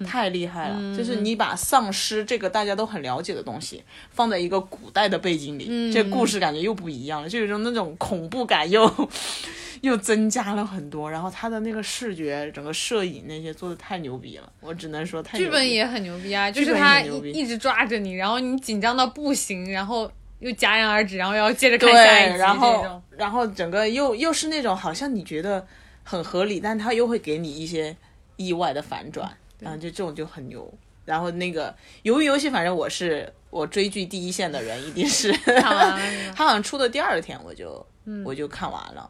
Speaker 3: 嗯
Speaker 2: 太厉害了，就是你把丧尸这个大家都很了解的东西放在一个古代的背景里，
Speaker 3: 嗯
Speaker 2: 这故事感觉又不一样了，就有一种那种恐怖感又 <laughs> 又增加了很多。然后它的那个视觉，整个摄影那些做的太牛逼了，我只能说太牛
Speaker 3: 剧
Speaker 2: 逼
Speaker 3: 本也很牛逼啊，就
Speaker 2: 剧
Speaker 3: 是
Speaker 2: 本也
Speaker 3: 他
Speaker 2: 很牛逼
Speaker 3: 一一直抓着你，然后你紧张到不行，然后又戛然而止，然后要接着看
Speaker 2: 对，
Speaker 3: 下一集
Speaker 2: 然
Speaker 3: 这种
Speaker 2: 后然后整个又又是那种好像你觉得很合理，但它又会给你一些意外的反转，然后就这种就很牛。然后那个《鱿鱼游戏》，反正我是我追剧第一线的人，一定是
Speaker 3: 看完了
Speaker 2: <laughs>
Speaker 3: 是吧
Speaker 2: 它好像出的第二天我就、我就看完了。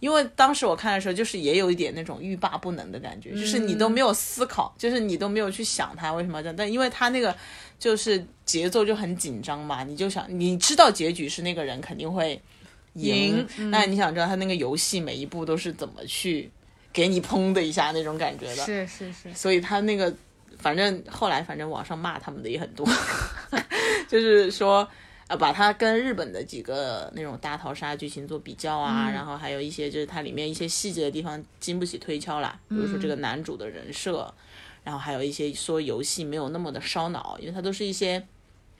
Speaker 2: 因为当时我看的时候，就是也有一点那种欲罢不能的感觉，就是你都没有思考，就是你都没有去想它为什么要这样。但因为它那个就是节奏就很紧张嘛，你就想你知道结局是那个人肯定会赢
Speaker 3: 赢，
Speaker 2: 那你想知道他那个游戏每一步都是怎么去给你砰的一下那种感觉的，
Speaker 3: 是是是，
Speaker 2: 所以他那个反正后来反正网上骂他们的也很多， <laughs> 就是说。呃，把它跟日本的几个那种大逃杀剧情做比较啊，然后还有一些就是它里面一些细节的地方经不起推敲啦，比如说这个男主的人设，然后还有一些说游戏没有那么的烧脑，因为它都是一些，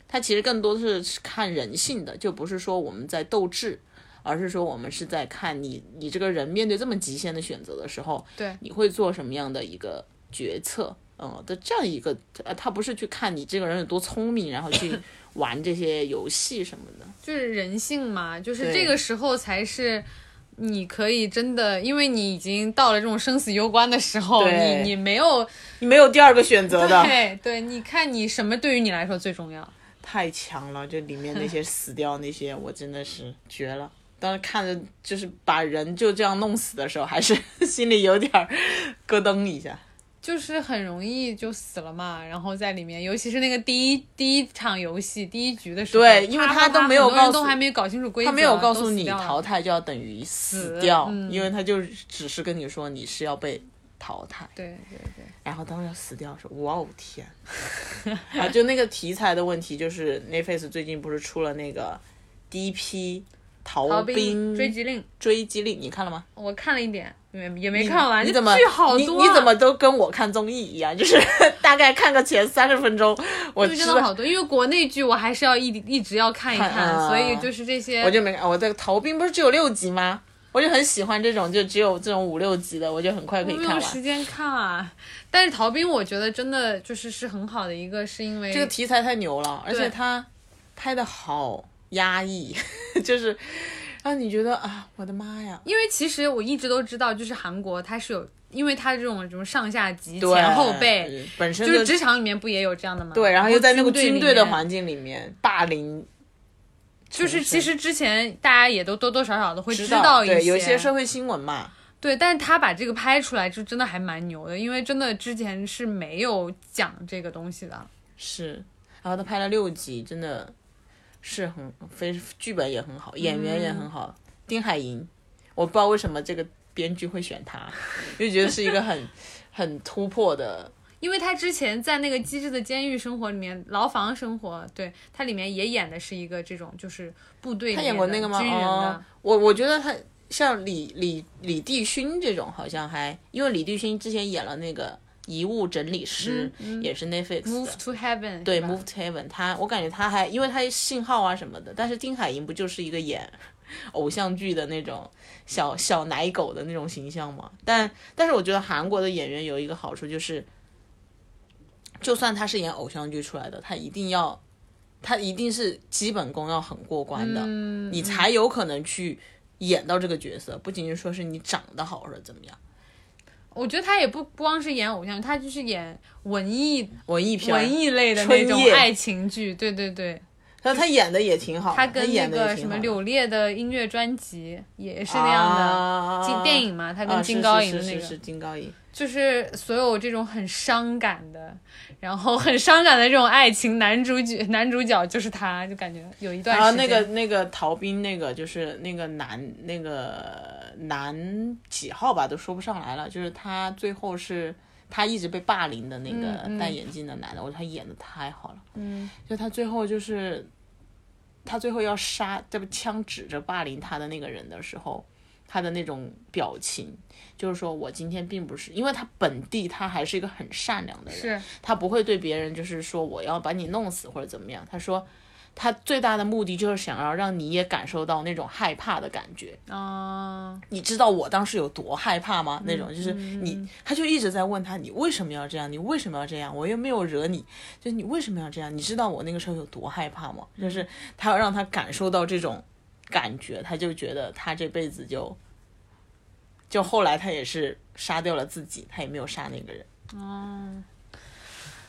Speaker 2: 它其实更多的是看人性的，就不是说我们在斗智，而是说我们是在看你你这个人面对这么极限的选择的时候，
Speaker 3: 对
Speaker 2: 你会做什么样的一个决策？嗯，的这样一个，呃，他不是去看你这个人有多聪明，然后去玩这些游戏什么的。
Speaker 3: 就是人性嘛，就是
Speaker 2: 对
Speaker 3: 这个时候才是。你可以真的，因为你已经到了这种生死攸关的时候，你
Speaker 2: 对
Speaker 3: 你没有
Speaker 2: 你没有第二个选 <laughs> 择的，
Speaker 3: 对对，你看你什么对于你来说最重要？
Speaker 2: 太强了！就里面那些死掉那些，我真的是绝了。当时看着就是把人就这样弄死的时候，还是 <laughs> 心里有点儿咯噔一下。
Speaker 3: 就是很容易就死了嘛，然后在里面，尤其是那个第一第一场游戏第一局的时候，
Speaker 2: 对因为
Speaker 3: 他
Speaker 2: 他都没有
Speaker 3: 很多人
Speaker 2: 告诉
Speaker 3: 都还没有搞清楚规则，
Speaker 2: 他没有告诉
Speaker 3: 啊都死
Speaker 2: 你
Speaker 3: 掉了
Speaker 2: 淘汰就要等于死
Speaker 3: 死
Speaker 2: 掉，
Speaker 3: 嗯
Speaker 2: 因为他就只是跟你说你是要被淘汰。
Speaker 3: 对对对，
Speaker 2: 然后当时死掉是，哇哦
Speaker 3: <laughs>
Speaker 2: 天！啊，就那个题材的问题，就是 Netflix 最近不是出了那个第一批逃
Speaker 3: 逃兵
Speaker 2: 兵
Speaker 3: 追击令，
Speaker 2: 追击令，你看了吗？
Speaker 3: 我看了一点，也也没看完，
Speaker 2: 你
Speaker 3: 就
Speaker 2: 怎么
Speaker 3: 剧好多啊
Speaker 2: 你？你怎么都跟我看综艺一样，就是 <laughs> 大概看个前三十分钟，我
Speaker 3: 就
Speaker 2: 知
Speaker 3: 真的
Speaker 2: 道
Speaker 3: 好多，因为国内剧我还是要一一直要看一看，
Speaker 2: 看啊
Speaker 3: 所以就是这些
Speaker 2: 我就没看。我这个逃兵不是只有六集吗？我就很喜欢这种，就只有这种五六集的，我就很快可以
Speaker 3: 没
Speaker 2: 看完
Speaker 3: 有时。间看啊。但是逃兵我觉得真的就是是很好的一个，是因为
Speaker 2: 这个题材太牛了，而
Speaker 3: 哎对
Speaker 2: 且他拍的好压抑， <laughs> 就是让你觉得啊，我的妈呀！
Speaker 3: 因为其实我一直都知道，就是韩国它是有，因为它这种这种上下级
Speaker 2: 对
Speaker 3: 前后辈，
Speaker 2: 嗯本身
Speaker 3: 就
Speaker 2: 的
Speaker 3: 是职场里面不也有这样的吗？
Speaker 2: 对，然后又在那个军队的
Speaker 3: 里面，
Speaker 2: 环境里面霸凌，
Speaker 3: 就是其实之前大家也都多多少少的会
Speaker 2: 知
Speaker 3: 道一
Speaker 2: 对有一
Speaker 3: 些
Speaker 2: 些社会新闻嘛，
Speaker 3: 对，但是他把这个拍出来，就真的还蛮牛的，因为真的之前是没有讲这个东西的。
Speaker 2: 是，然后他拍了六集，真的是很非剧本也很好，演员也
Speaker 3: 嗯
Speaker 2: 很好，丁海寅，我不知道为什么这个编剧会选他，就觉得是一个很 <laughs> 很突破的。
Speaker 3: 因为他之前在那个《机智的监狱生活》里面，牢房生活，对他里面也演的是一个这种，就是部队里
Speaker 2: 他
Speaker 3: 面
Speaker 2: 演过那个吗？
Speaker 3: 军人的，
Speaker 2: 哦，我我觉得他像李李李帝勋这种，好像还因为李帝勋之前演了那个遗物整理师，也是 Netflix 的。
Speaker 3: Move to 嗯 Heaven，
Speaker 2: 对
Speaker 3: 是吧
Speaker 2: ，Move to Heaven，他我感觉他还因为他信号啊什么的，但是丁海寅不就是一个演 <laughs> 偶像剧的那种小小奶狗的那种形象嘛？但但是我觉得韩国的演员有一个好处就是，就算他是演偶像剧出来的，他一定要他一定是基本功要很过关的，
Speaker 3: 嗯
Speaker 2: 你才有可能去演到这个角色，不仅仅说是你长得好或者怎么样，
Speaker 3: 我觉得他也不不光是演偶像剧，他就是演文艺
Speaker 2: 文艺片儿。
Speaker 3: 文艺类的那
Speaker 2: 春
Speaker 3: 种
Speaker 2: 夜
Speaker 3: 爱情剧。对对对，
Speaker 2: 但他演的也挺好的，
Speaker 3: 他跟那
Speaker 2: 演的也
Speaker 3: 个
Speaker 2: 挺
Speaker 3: 什么
Speaker 2: 好的
Speaker 3: 柳烈的音乐专辑也是那样的。金
Speaker 2: 啊
Speaker 3: 电影嘛，他
Speaker 2: 啊，
Speaker 3: 跟
Speaker 2: 是
Speaker 3: 金高银的
Speaker 2: 是
Speaker 3: 那
Speaker 2: 是
Speaker 3: 个，
Speaker 2: 是是金高银，
Speaker 3: 就是所有这种很伤感的，然后很伤感的这种爱情男主角，男主角就是他，就感觉有一段
Speaker 2: 然后啊
Speaker 3: 时
Speaker 2: 那
Speaker 3: 间
Speaker 2: 个那个逃兵那个就是那个男那个男几号吧都说不上来了，就是他最后是他一直被霸凌的那
Speaker 3: 嗯嗯
Speaker 2: 个戴眼镜的男的，我觉得他演的太好了。
Speaker 3: 嗯
Speaker 2: 就他最后就是，他最后要杀，这不枪指着霸凌他的那个人的时候，他的那种表情，就是说我今天并不是，因为他本地他还是一个很善良的人，
Speaker 3: 是
Speaker 2: 他不会对别人就是说我要把你弄死或者怎么样。他说，他最大的目的就是想要让你也感受到那种害怕的感觉。
Speaker 3: 啊，
Speaker 2: 你知道我当时有多害怕吗？那种就是你，他就一直在问他，你为什么要这样？你为什么要这样？我又没有惹你，就是你为什么要这样？你知道我那个时候有多害怕吗？就是他要让他感受到这种感觉，他就觉得他这辈子就，就后来他也是杀掉了自己，他也没有杀那个人。
Speaker 3: 哦，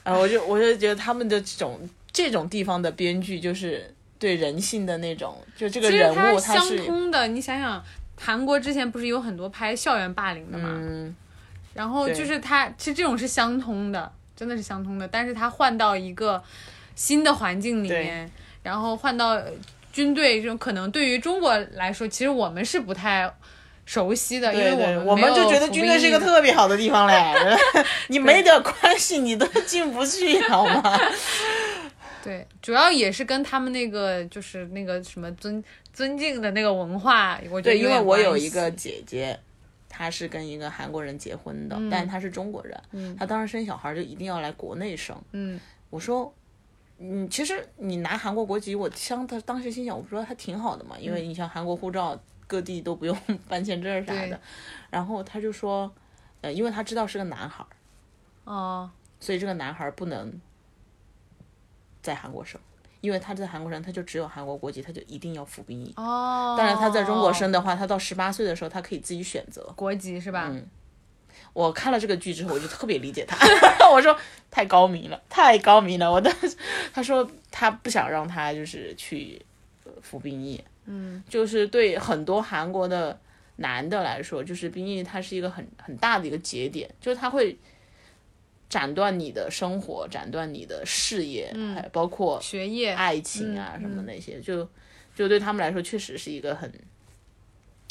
Speaker 2: 啊，我就我就觉得他们的这种这种地方的编剧就是对人性的那种，就这个
Speaker 3: 其实
Speaker 2: 人
Speaker 3: 它
Speaker 2: 物他
Speaker 3: 相
Speaker 2: 是
Speaker 3: 通的。你想想，韩国之前不是有很多拍校园霸凌的嘛？
Speaker 2: 嗯，
Speaker 3: 然后
Speaker 2: 对
Speaker 3: 就是它其实这种是相通的，真的是相通的。但是它换到一个新的环境里面，然后换到呃军队这种，可能对于中国来说，其实我们是不太熟悉的，
Speaker 2: 对
Speaker 3: 因为
Speaker 2: 对，
Speaker 3: 我
Speaker 2: 我
Speaker 3: 们
Speaker 2: 们
Speaker 3: 没有
Speaker 2: 就觉得
Speaker 3: 服
Speaker 2: 军队是一个
Speaker 3: 役
Speaker 2: 特别好的地 <laughs> 方嘞，你没点关系你都进不去好吗？
Speaker 3: 对，主要也是跟他们那个就是那个什么尊尊敬的那个文化，我觉
Speaker 2: <laughs>
Speaker 3: 得
Speaker 2: 对，因为
Speaker 3: 点
Speaker 2: 我有
Speaker 3: 关
Speaker 2: 一个
Speaker 3: 系
Speaker 2: 姐姐，她是跟一个韩国人结婚的，
Speaker 3: 嗯
Speaker 2: 但她是中国人，
Speaker 3: 嗯
Speaker 2: 她当时生小孩就一定要来国内生。
Speaker 3: 嗯
Speaker 2: 我说，嗯，其实你拿韩国国籍，我相他当时心想，我说还挺好的嘛，因
Speaker 3: 嗯
Speaker 2: 为你像韩国护照，各地都不用 <laughs> 办签证儿啥
Speaker 3: 对
Speaker 2: 的。然后他就说，呃，因为他知道是个男孩儿，
Speaker 3: 哦
Speaker 2: 所以这个男孩儿不能在韩国生，因为他在韩国生，他就只有韩国国籍，他就一定要服兵役。
Speaker 3: 哦，
Speaker 2: 当然，他在中国生的话，他到十八岁的时候，他可以自己选择。
Speaker 3: 国籍是吧？
Speaker 2: 嗯我看了这个剧之后，我就特别理解他。 <laughs> 我说太高明了，太高明了。我当时他说他不想让他就是去呃服兵役，
Speaker 3: 嗯
Speaker 2: 就是对很多韩国的男的来说，就是兵役它是一个很很大的一个节点，就是它会斩断你的生活，斩断你的事业，
Speaker 3: 嗯
Speaker 2: 还包括
Speaker 3: 学业
Speaker 2: 爱情啊
Speaker 3: 嗯
Speaker 2: 什么
Speaker 3: 嗯
Speaker 2: 那些，就就对他们来说确实是一个很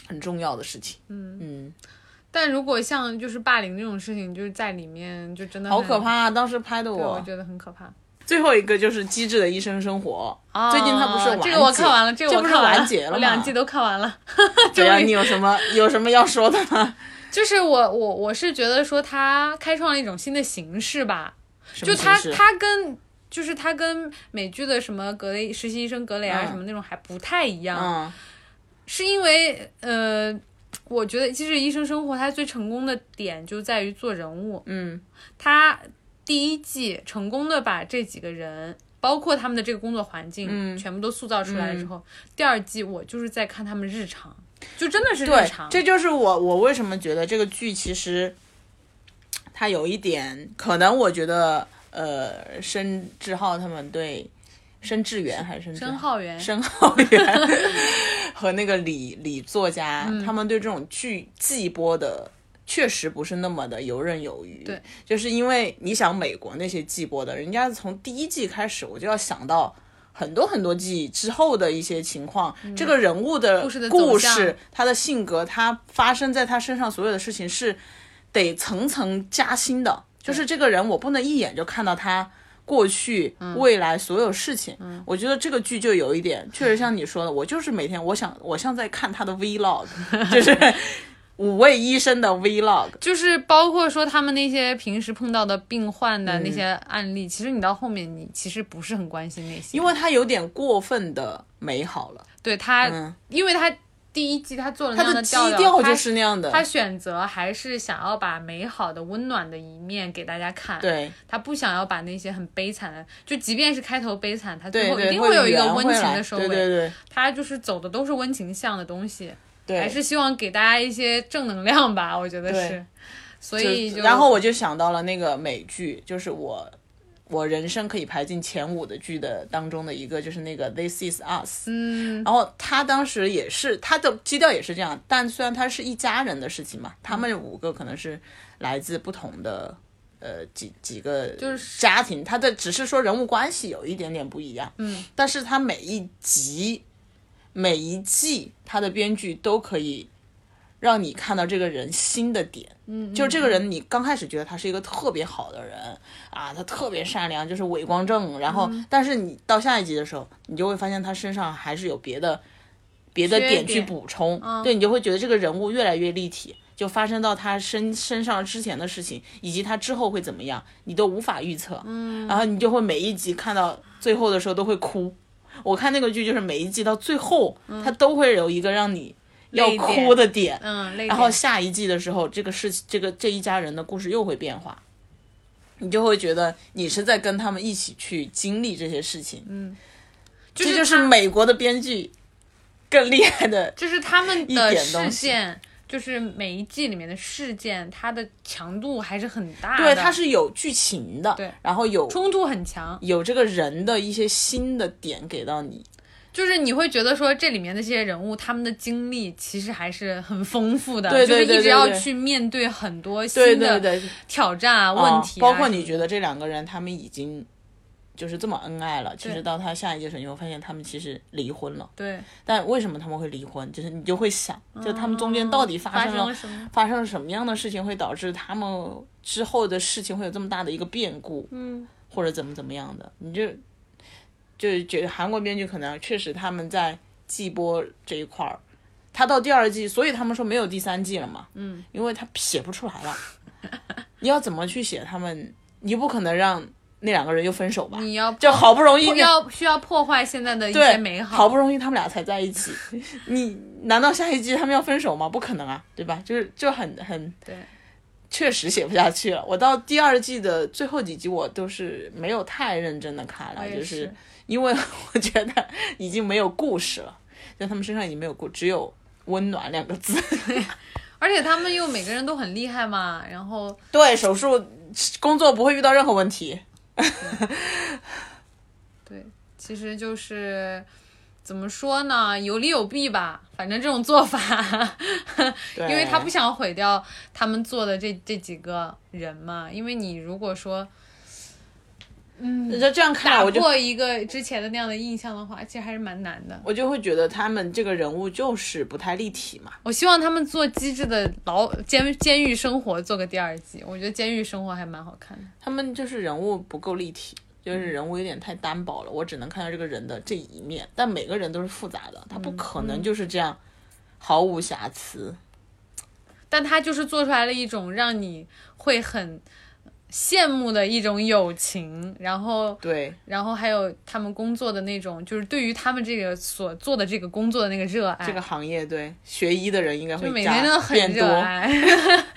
Speaker 2: 很重要的事情。
Speaker 3: 嗯，
Speaker 2: 嗯，
Speaker 3: 但如果像就是霸凌这种事情，就是在里面就真的
Speaker 2: 好
Speaker 3: 很
Speaker 2: 可，怕啊！当时拍的
Speaker 3: 对，我
Speaker 2: 我。
Speaker 3: 觉得很可怕。
Speaker 2: 最后一个就是《机智的医生生活》
Speaker 3: 啊
Speaker 2: 最近他不是完结
Speaker 3: 这个我看完了，这个
Speaker 2: 这
Speaker 3: 我
Speaker 2: 不是
Speaker 3: 看完
Speaker 2: 完结了
Speaker 3: 我两
Speaker 2: 吗
Speaker 3: 季都看完了。
Speaker 2: 对啊，
Speaker 3: 终于
Speaker 2: 你有什么有什么要说的
Speaker 3: <laughs>
Speaker 2: 吗？
Speaker 3: 就是我我我是觉得说它开创了一种新的形式吧，
Speaker 2: 什么
Speaker 3: 就他
Speaker 2: 形式
Speaker 3: 他跟就是他跟美剧的什么格雷实习医生格雷啊
Speaker 2: 嗯
Speaker 3: 什么那种还不太一样，
Speaker 2: 嗯，
Speaker 3: 是因为呃，我觉得其实《医生生活》它最成功的点就在于做人物，
Speaker 2: 嗯，
Speaker 3: 他第一季成功的把这几个人。包括他们的这个工作环境，
Speaker 2: 嗯
Speaker 3: 全部都塑造出来之后，第二季我就是在看他们日常，就真的是日
Speaker 2: 对
Speaker 3: 常，，
Speaker 2: 这就是我我为什么觉得这个剧其实它有一点，可能我觉得呃，申智浩他们对申智元还是申智
Speaker 3: 申浩源
Speaker 2: 申浩源
Speaker 3: <laughs>
Speaker 2: 和那个李李作家，
Speaker 3: 嗯
Speaker 2: 他们对这种剧季播的。确实不是那么的游刃有余，
Speaker 3: 对，
Speaker 2: 就是因为你想美国那些季播的，人家从第一季开始我就要想到很多很多季之后的一些情况，这个人物的
Speaker 3: 嗯故事的走
Speaker 2: 故
Speaker 3: 向
Speaker 2: 事、他的性格、他发生在他身上所有的事情是得层层加薪的。就是这个人，我不能一眼就看到他过去、
Speaker 3: 嗯
Speaker 2: 未来所有事情。我觉得这个剧就有一点，确实像你说的，我就是每天我想，我像在看他的 vlog，就是 <laughs> 五位医生的 vlog。
Speaker 3: 就是包括说他们那些平时碰到的病患的那些案例，其实你到后面你其实不是很关心那些，
Speaker 2: 因为他有点过分的美好了，
Speaker 3: 对他，
Speaker 2: 嗯
Speaker 3: 因为他第一季他做了那
Speaker 2: 他
Speaker 3: 样
Speaker 2: 的基
Speaker 3: 调
Speaker 2: 调
Speaker 3: 他
Speaker 2: 就是那样的。
Speaker 3: 他选择还是想要把美好的、温暖的一面给大家看，
Speaker 2: 对，
Speaker 3: 他不想要把那些很悲惨的，就即便是开头悲惨，他最
Speaker 2: 对
Speaker 3: 后一
Speaker 2: 对，
Speaker 3: 定会有一个
Speaker 2: 圆
Speaker 3: 温
Speaker 2: 回
Speaker 3: 情
Speaker 2: 来
Speaker 3: 的收
Speaker 2: 对对
Speaker 3: 尾，
Speaker 2: 对
Speaker 3: 他就是走的都是温情向的东西，
Speaker 2: 对，
Speaker 3: 还是希望给大家一些正能量吧，我觉得
Speaker 2: 对
Speaker 3: 是，所以
Speaker 2: 就
Speaker 3: 就
Speaker 2: 然后我就想到了那个美剧，就是我我人生可以排进前五的剧的当中的一个，就是那个《This Is Us》。
Speaker 3: 嗯
Speaker 2: 然后他当时也是他的基调也是这样，但虽然他是一家人的事情
Speaker 3: 嗯
Speaker 2: 嘛，他们五个可能是来自不同的。呃，几几个
Speaker 3: 就是
Speaker 2: 家庭，他的只是说人物关系有一点点不一样，
Speaker 3: 嗯，
Speaker 2: 但是他每一集、每一季，他的编剧都可以让你看到这个人新的点。嗯，就是这个人，你刚开始觉得他是一个特别好的人啊，他特别善良，就是伪光正。然后，但是你到下一集的时候，你就会发现他身上还是有别的别的
Speaker 3: 缺
Speaker 2: 点去
Speaker 3: 点
Speaker 2: 补充，对你就会觉得这个人物越来越立体。就发生到他身身上之前的事情，以及他之后会怎么样，你都无法预测。嗯，然后你就会每一集看到最后的时候都会哭。我看那个剧就是每一季到最后，它都会有一个让你要
Speaker 3: 泪点
Speaker 2: 哭的点。
Speaker 3: 嗯，泪
Speaker 2: 然后
Speaker 3: 点
Speaker 2: 下一季的时候，这个事这个这一家人的故事又会变化，你就会觉得你是在跟他们一起去经历这些事情。嗯，这就是
Speaker 3: 他
Speaker 2: 美国的编剧更厉害
Speaker 3: <laughs>
Speaker 2: 的。
Speaker 3: 就是他们
Speaker 2: 一
Speaker 3: 的
Speaker 2: 点
Speaker 3: 事
Speaker 2: 东西
Speaker 3: 件，就是每一季里面的事件，它的强度还是很大的，
Speaker 2: 对，它是有剧情的，
Speaker 3: 对
Speaker 2: 然后有
Speaker 3: 冲突很强，
Speaker 2: 有这个人的一些新的点给到你，
Speaker 3: 就是你会觉得说这里面那些人物他们的经历其实还是很丰富的，
Speaker 2: 对对
Speaker 3: 就是
Speaker 2: 对
Speaker 3: 一直
Speaker 2: 对
Speaker 3: 要
Speaker 2: 对
Speaker 3: 去面对很多
Speaker 2: 对
Speaker 3: 新
Speaker 2: 对
Speaker 3: 的
Speaker 2: 对，
Speaker 3: 挑战啊、
Speaker 2: 啊
Speaker 3: 问题啊、
Speaker 2: 包括你
Speaker 3: 得
Speaker 2: 觉得这两个人他们已经就是这么恩爱了，其
Speaker 3: 对
Speaker 2: 实到他下一届的时候，你会发现他们其实离婚了。
Speaker 3: 对
Speaker 2: 但为什么他们会离婚？就是你就会想，就他们中间到底发
Speaker 3: 哦发
Speaker 2: 生
Speaker 3: 生
Speaker 2: 了、
Speaker 3: 了什么？
Speaker 2: 发生了什么样的事情，会导致他们之后的事情会有这么大的一个变故，
Speaker 3: 嗯，
Speaker 2: 或者怎么怎么样的？你就就觉得韩国编剧可能确实他们在季播这一块儿，他到第二季，所以他们说没有第三季了嘛，嗯，因为他写不出来了， <laughs> 你要怎么去写他们？你不可能让那两个人又分手吧？
Speaker 3: 你要
Speaker 2: 就好不容易
Speaker 3: 破要需要破坏现在的一
Speaker 2: 对，
Speaker 3: 些美
Speaker 2: 好
Speaker 3: 好，
Speaker 2: 不容易他们俩才在一起，你难道下一季他们要分手吗？不可能啊，对吧？就是就很很
Speaker 3: 对，
Speaker 2: 确实写不下去了。我到第二季的最后几集，我都是没有太认真的看
Speaker 3: 我
Speaker 2: 了，
Speaker 3: 也
Speaker 2: 就是因为我觉得已经没有故事了，在他们身上已经没有故，只有温暖两个
Speaker 3: <laughs>
Speaker 2: 字。
Speaker 3: 而且他们又每个人都很厉害嘛，然后
Speaker 2: 对，手术工作不会遇到任何问题。
Speaker 3: 对，其实就是怎么说呢，有利有弊吧。反正这种做法， <laughs>
Speaker 2: 对，
Speaker 3: 因为他不想毁掉他们做的这这几个人嘛。因为你如果说
Speaker 2: 就这样看来，
Speaker 3: 打
Speaker 2: 我就
Speaker 3: 破一个之前的那样的印象的话，其实还是蛮难的。
Speaker 2: 我就会觉得他们这个人物就是不太立体嘛。
Speaker 3: 我希望他们做《机智的牢监监狱生活》做个第二季，我觉得监狱生活还蛮好看的。
Speaker 2: 他们就是人物不够立体，就是
Speaker 3: 嗯
Speaker 2: 人物有点太单薄了，我只能看到这个人的这一面，但每个人都是复杂的，他不可
Speaker 3: 嗯
Speaker 2: 能就是这样毫无瑕疵。
Speaker 3: 但他就是做出来了一种让你会很羡慕的一种友情，然后
Speaker 2: 对
Speaker 3: 然后还有他们工作的那种，就是对于他们这个所做的这个工作的那个热爱，
Speaker 2: 这个行业，对学医的人应该
Speaker 3: 哎就
Speaker 2: 会
Speaker 3: 每
Speaker 2: 加
Speaker 3: 天都很
Speaker 2: 变
Speaker 3: 热哎
Speaker 2: 多。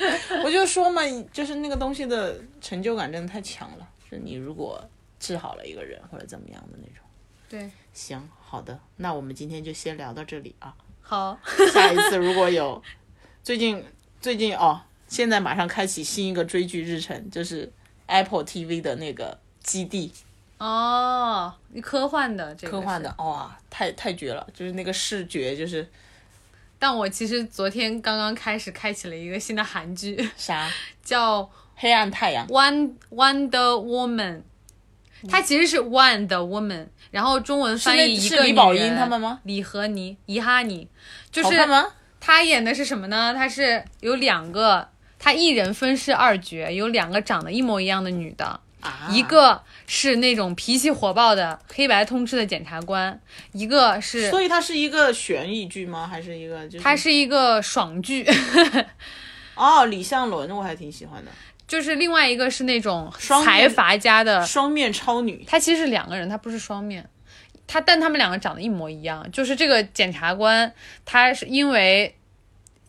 Speaker 3: 爱。
Speaker 2: 我就说嘛，就是那个东西的成就感真的太强了，就是你如果治好了一个人或者怎么样的那种。
Speaker 3: 对，
Speaker 2: 行，好的，那我们今天就先聊到这里啊。 <laughs>
Speaker 3: 好， <laughs>
Speaker 2: 下一次如果有，最近最近哦，现在马上开启新一个追剧日程，就是 Apple TV 的那个基地
Speaker 3: 哦，科幻的这个
Speaker 2: 科幻
Speaker 3: 是
Speaker 2: 的，哇、太太绝了！就是那个视觉，就是
Speaker 3: 但我其实昨天刚刚开始开启了一个新的韩剧，
Speaker 2: 啥
Speaker 3: 叫《
Speaker 2: 黑暗太阳，
Speaker 3: One Wonder Woman》，它其实是 One 的 Woman，然后中文翻译一
Speaker 2: 是
Speaker 3: 个
Speaker 2: 那是李
Speaker 3: 女
Speaker 2: 宝英
Speaker 3: 人
Speaker 2: 他们吗？
Speaker 3: 李和妮、伊哈妮，就
Speaker 2: 好
Speaker 3: 是
Speaker 2: 看吗？
Speaker 3: 他演的是什么呢？他是有两个，他一人分饰二角，有两个长得一模一样的女的，
Speaker 2: 啊，
Speaker 3: 一个是那种脾气火爆的黑白通吃的检察官，一个是
Speaker 2: 所以它是一个悬疑剧吗？还是一个就是？
Speaker 3: 他是一个爽剧， <laughs>
Speaker 2: 哦，李相伦我还挺喜欢的，
Speaker 3: 就是另外一个是那种
Speaker 2: 双面
Speaker 3: 财阀家的，
Speaker 2: 双面超女。
Speaker 3: 他其实是两个人，他不是双面。他但他们两个长得一模一样，就是这个检察官，他是因为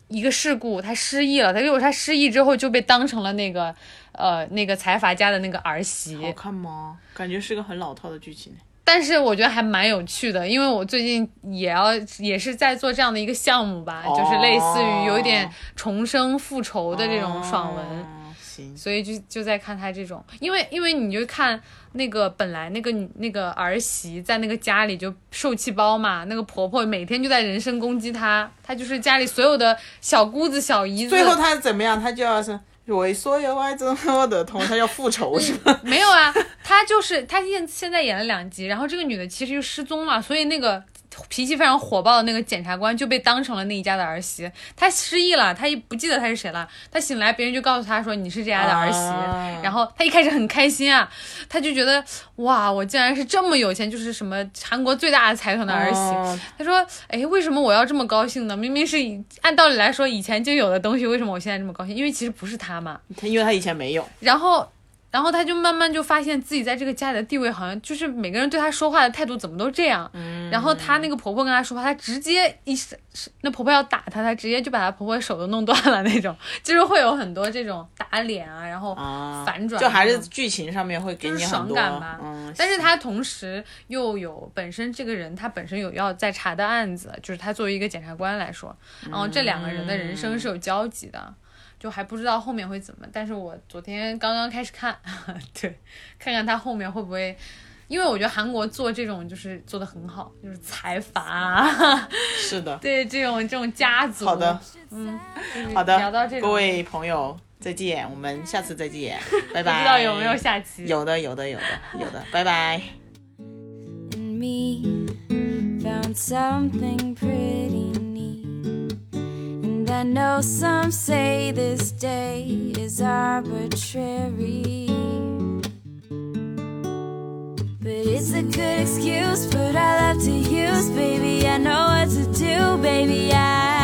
Speaker 3: 一个事故，他失忆了，他结果他失忆之后就被当成了那个呃那个财阀家的那个儿媳，
Speaker 2: 好看吗？感觉是个很老套的剧情。
Speaker 3: 但是我觉得还蛮有趣的，因为我最近也要也是在做这样的一个项目吧，
Speaker 2: 哦
Speaker 3: 就是类似于有一点重生复仇的这种爽文，
Speaker 2: 哦行，
Speaker 3: 所以就就在看他这种，因为因为你就看那个本来那个女那个儿媳在那个家里就受气包嘛，那个婆婆每天就在人身攻击她，她就是家里所有的小姑子小姨子，
Speaker 2: 最后她怎么样？她就要是为所有爱憎恨我的痛，他要复
Speaker 3: 嗯
Speaker 2: 仇是吧？
Speaker 3: <laughs> 没有啊，他就是他现现在演了两集，然后这个女的其实就失踪了，所以那个脾气非常火爆的那个检察官就被当成了那一家的儿媳。他失忆了，他也不记得他是谁了。他醒来，别人就告诉他说你是这家的儿媳。
Speaker 2: 啊
Speaker 3: 然后他一开始很开心啊，他就觉得哇，我竟然是这么有钱，就是什么韩国最大的财团的儿媳。
Speaker 2: 哦
Speaker 3: 他说：“哎，为什么我要这么高兴呢？明明是以按道理来说以前就有的东西，为什么我现在这么高兴？因为其实不是他嘛。
Speaker 2: 他因为他以前没有，
Speaker 3: 然后，然后他就慢慢就发现自己在这个家里的地位，好像就是每个人对他说话的态度怎么都这样。然后她那个婆婆跟她说话，她直接一是是那婆婆要打她，她直接就把她婆婆手都弄断了那种，就是会有很多这种打脸啊，然后
Speaker 2: 啊，
Speaker 3: 反转
Speaker 2: 就还是
Speaker 3: 那种
Speaker 2: 剧情上面会给
Speaker 3: 就是
Speaker 2: 你很
Speaker 3: 爽
Speaker 2: 多，
Speaker 3: 感吧。
Speaker 2: 嗯，
Speaker 3: 但是他同时又有本身这个人，他本身有要在查的案子，就是他作为一个检察官来说，然后这两个人的人
Speaker 2: 嗯
Speaker 3: 生是有交集的，就还不知道后面会怎么。但是我昨天刚刚开始看， <laughs> 对，看看他后面会不会。因为我觉得韩国做这种就是做的很好，就是财阀啊， <laughs>
Speaker 2: 是的，
Speaker 3: 对这种这种家族。
Speaker 2: 好的，
Speaker 3: 就是
Speaker 2: 好的，
Speaker 3: 聊到这种
Speaker 2: 各位朋友再见，我们下次再
Speaker 3: <laughs>
Speaker 2: 见，拜
Speaker 3: 不
Speaker 2: 拜。
Speaker 3: 知道有没有下期？
Speaker 2: 有的，有的，有的，有的，拜拜。
Speaker 1: in me found something pretty neat. And I know some say this day is arbitrary. But it's a good excuse, but I love to use, baby. I know what to do, baby. I oh, Oh,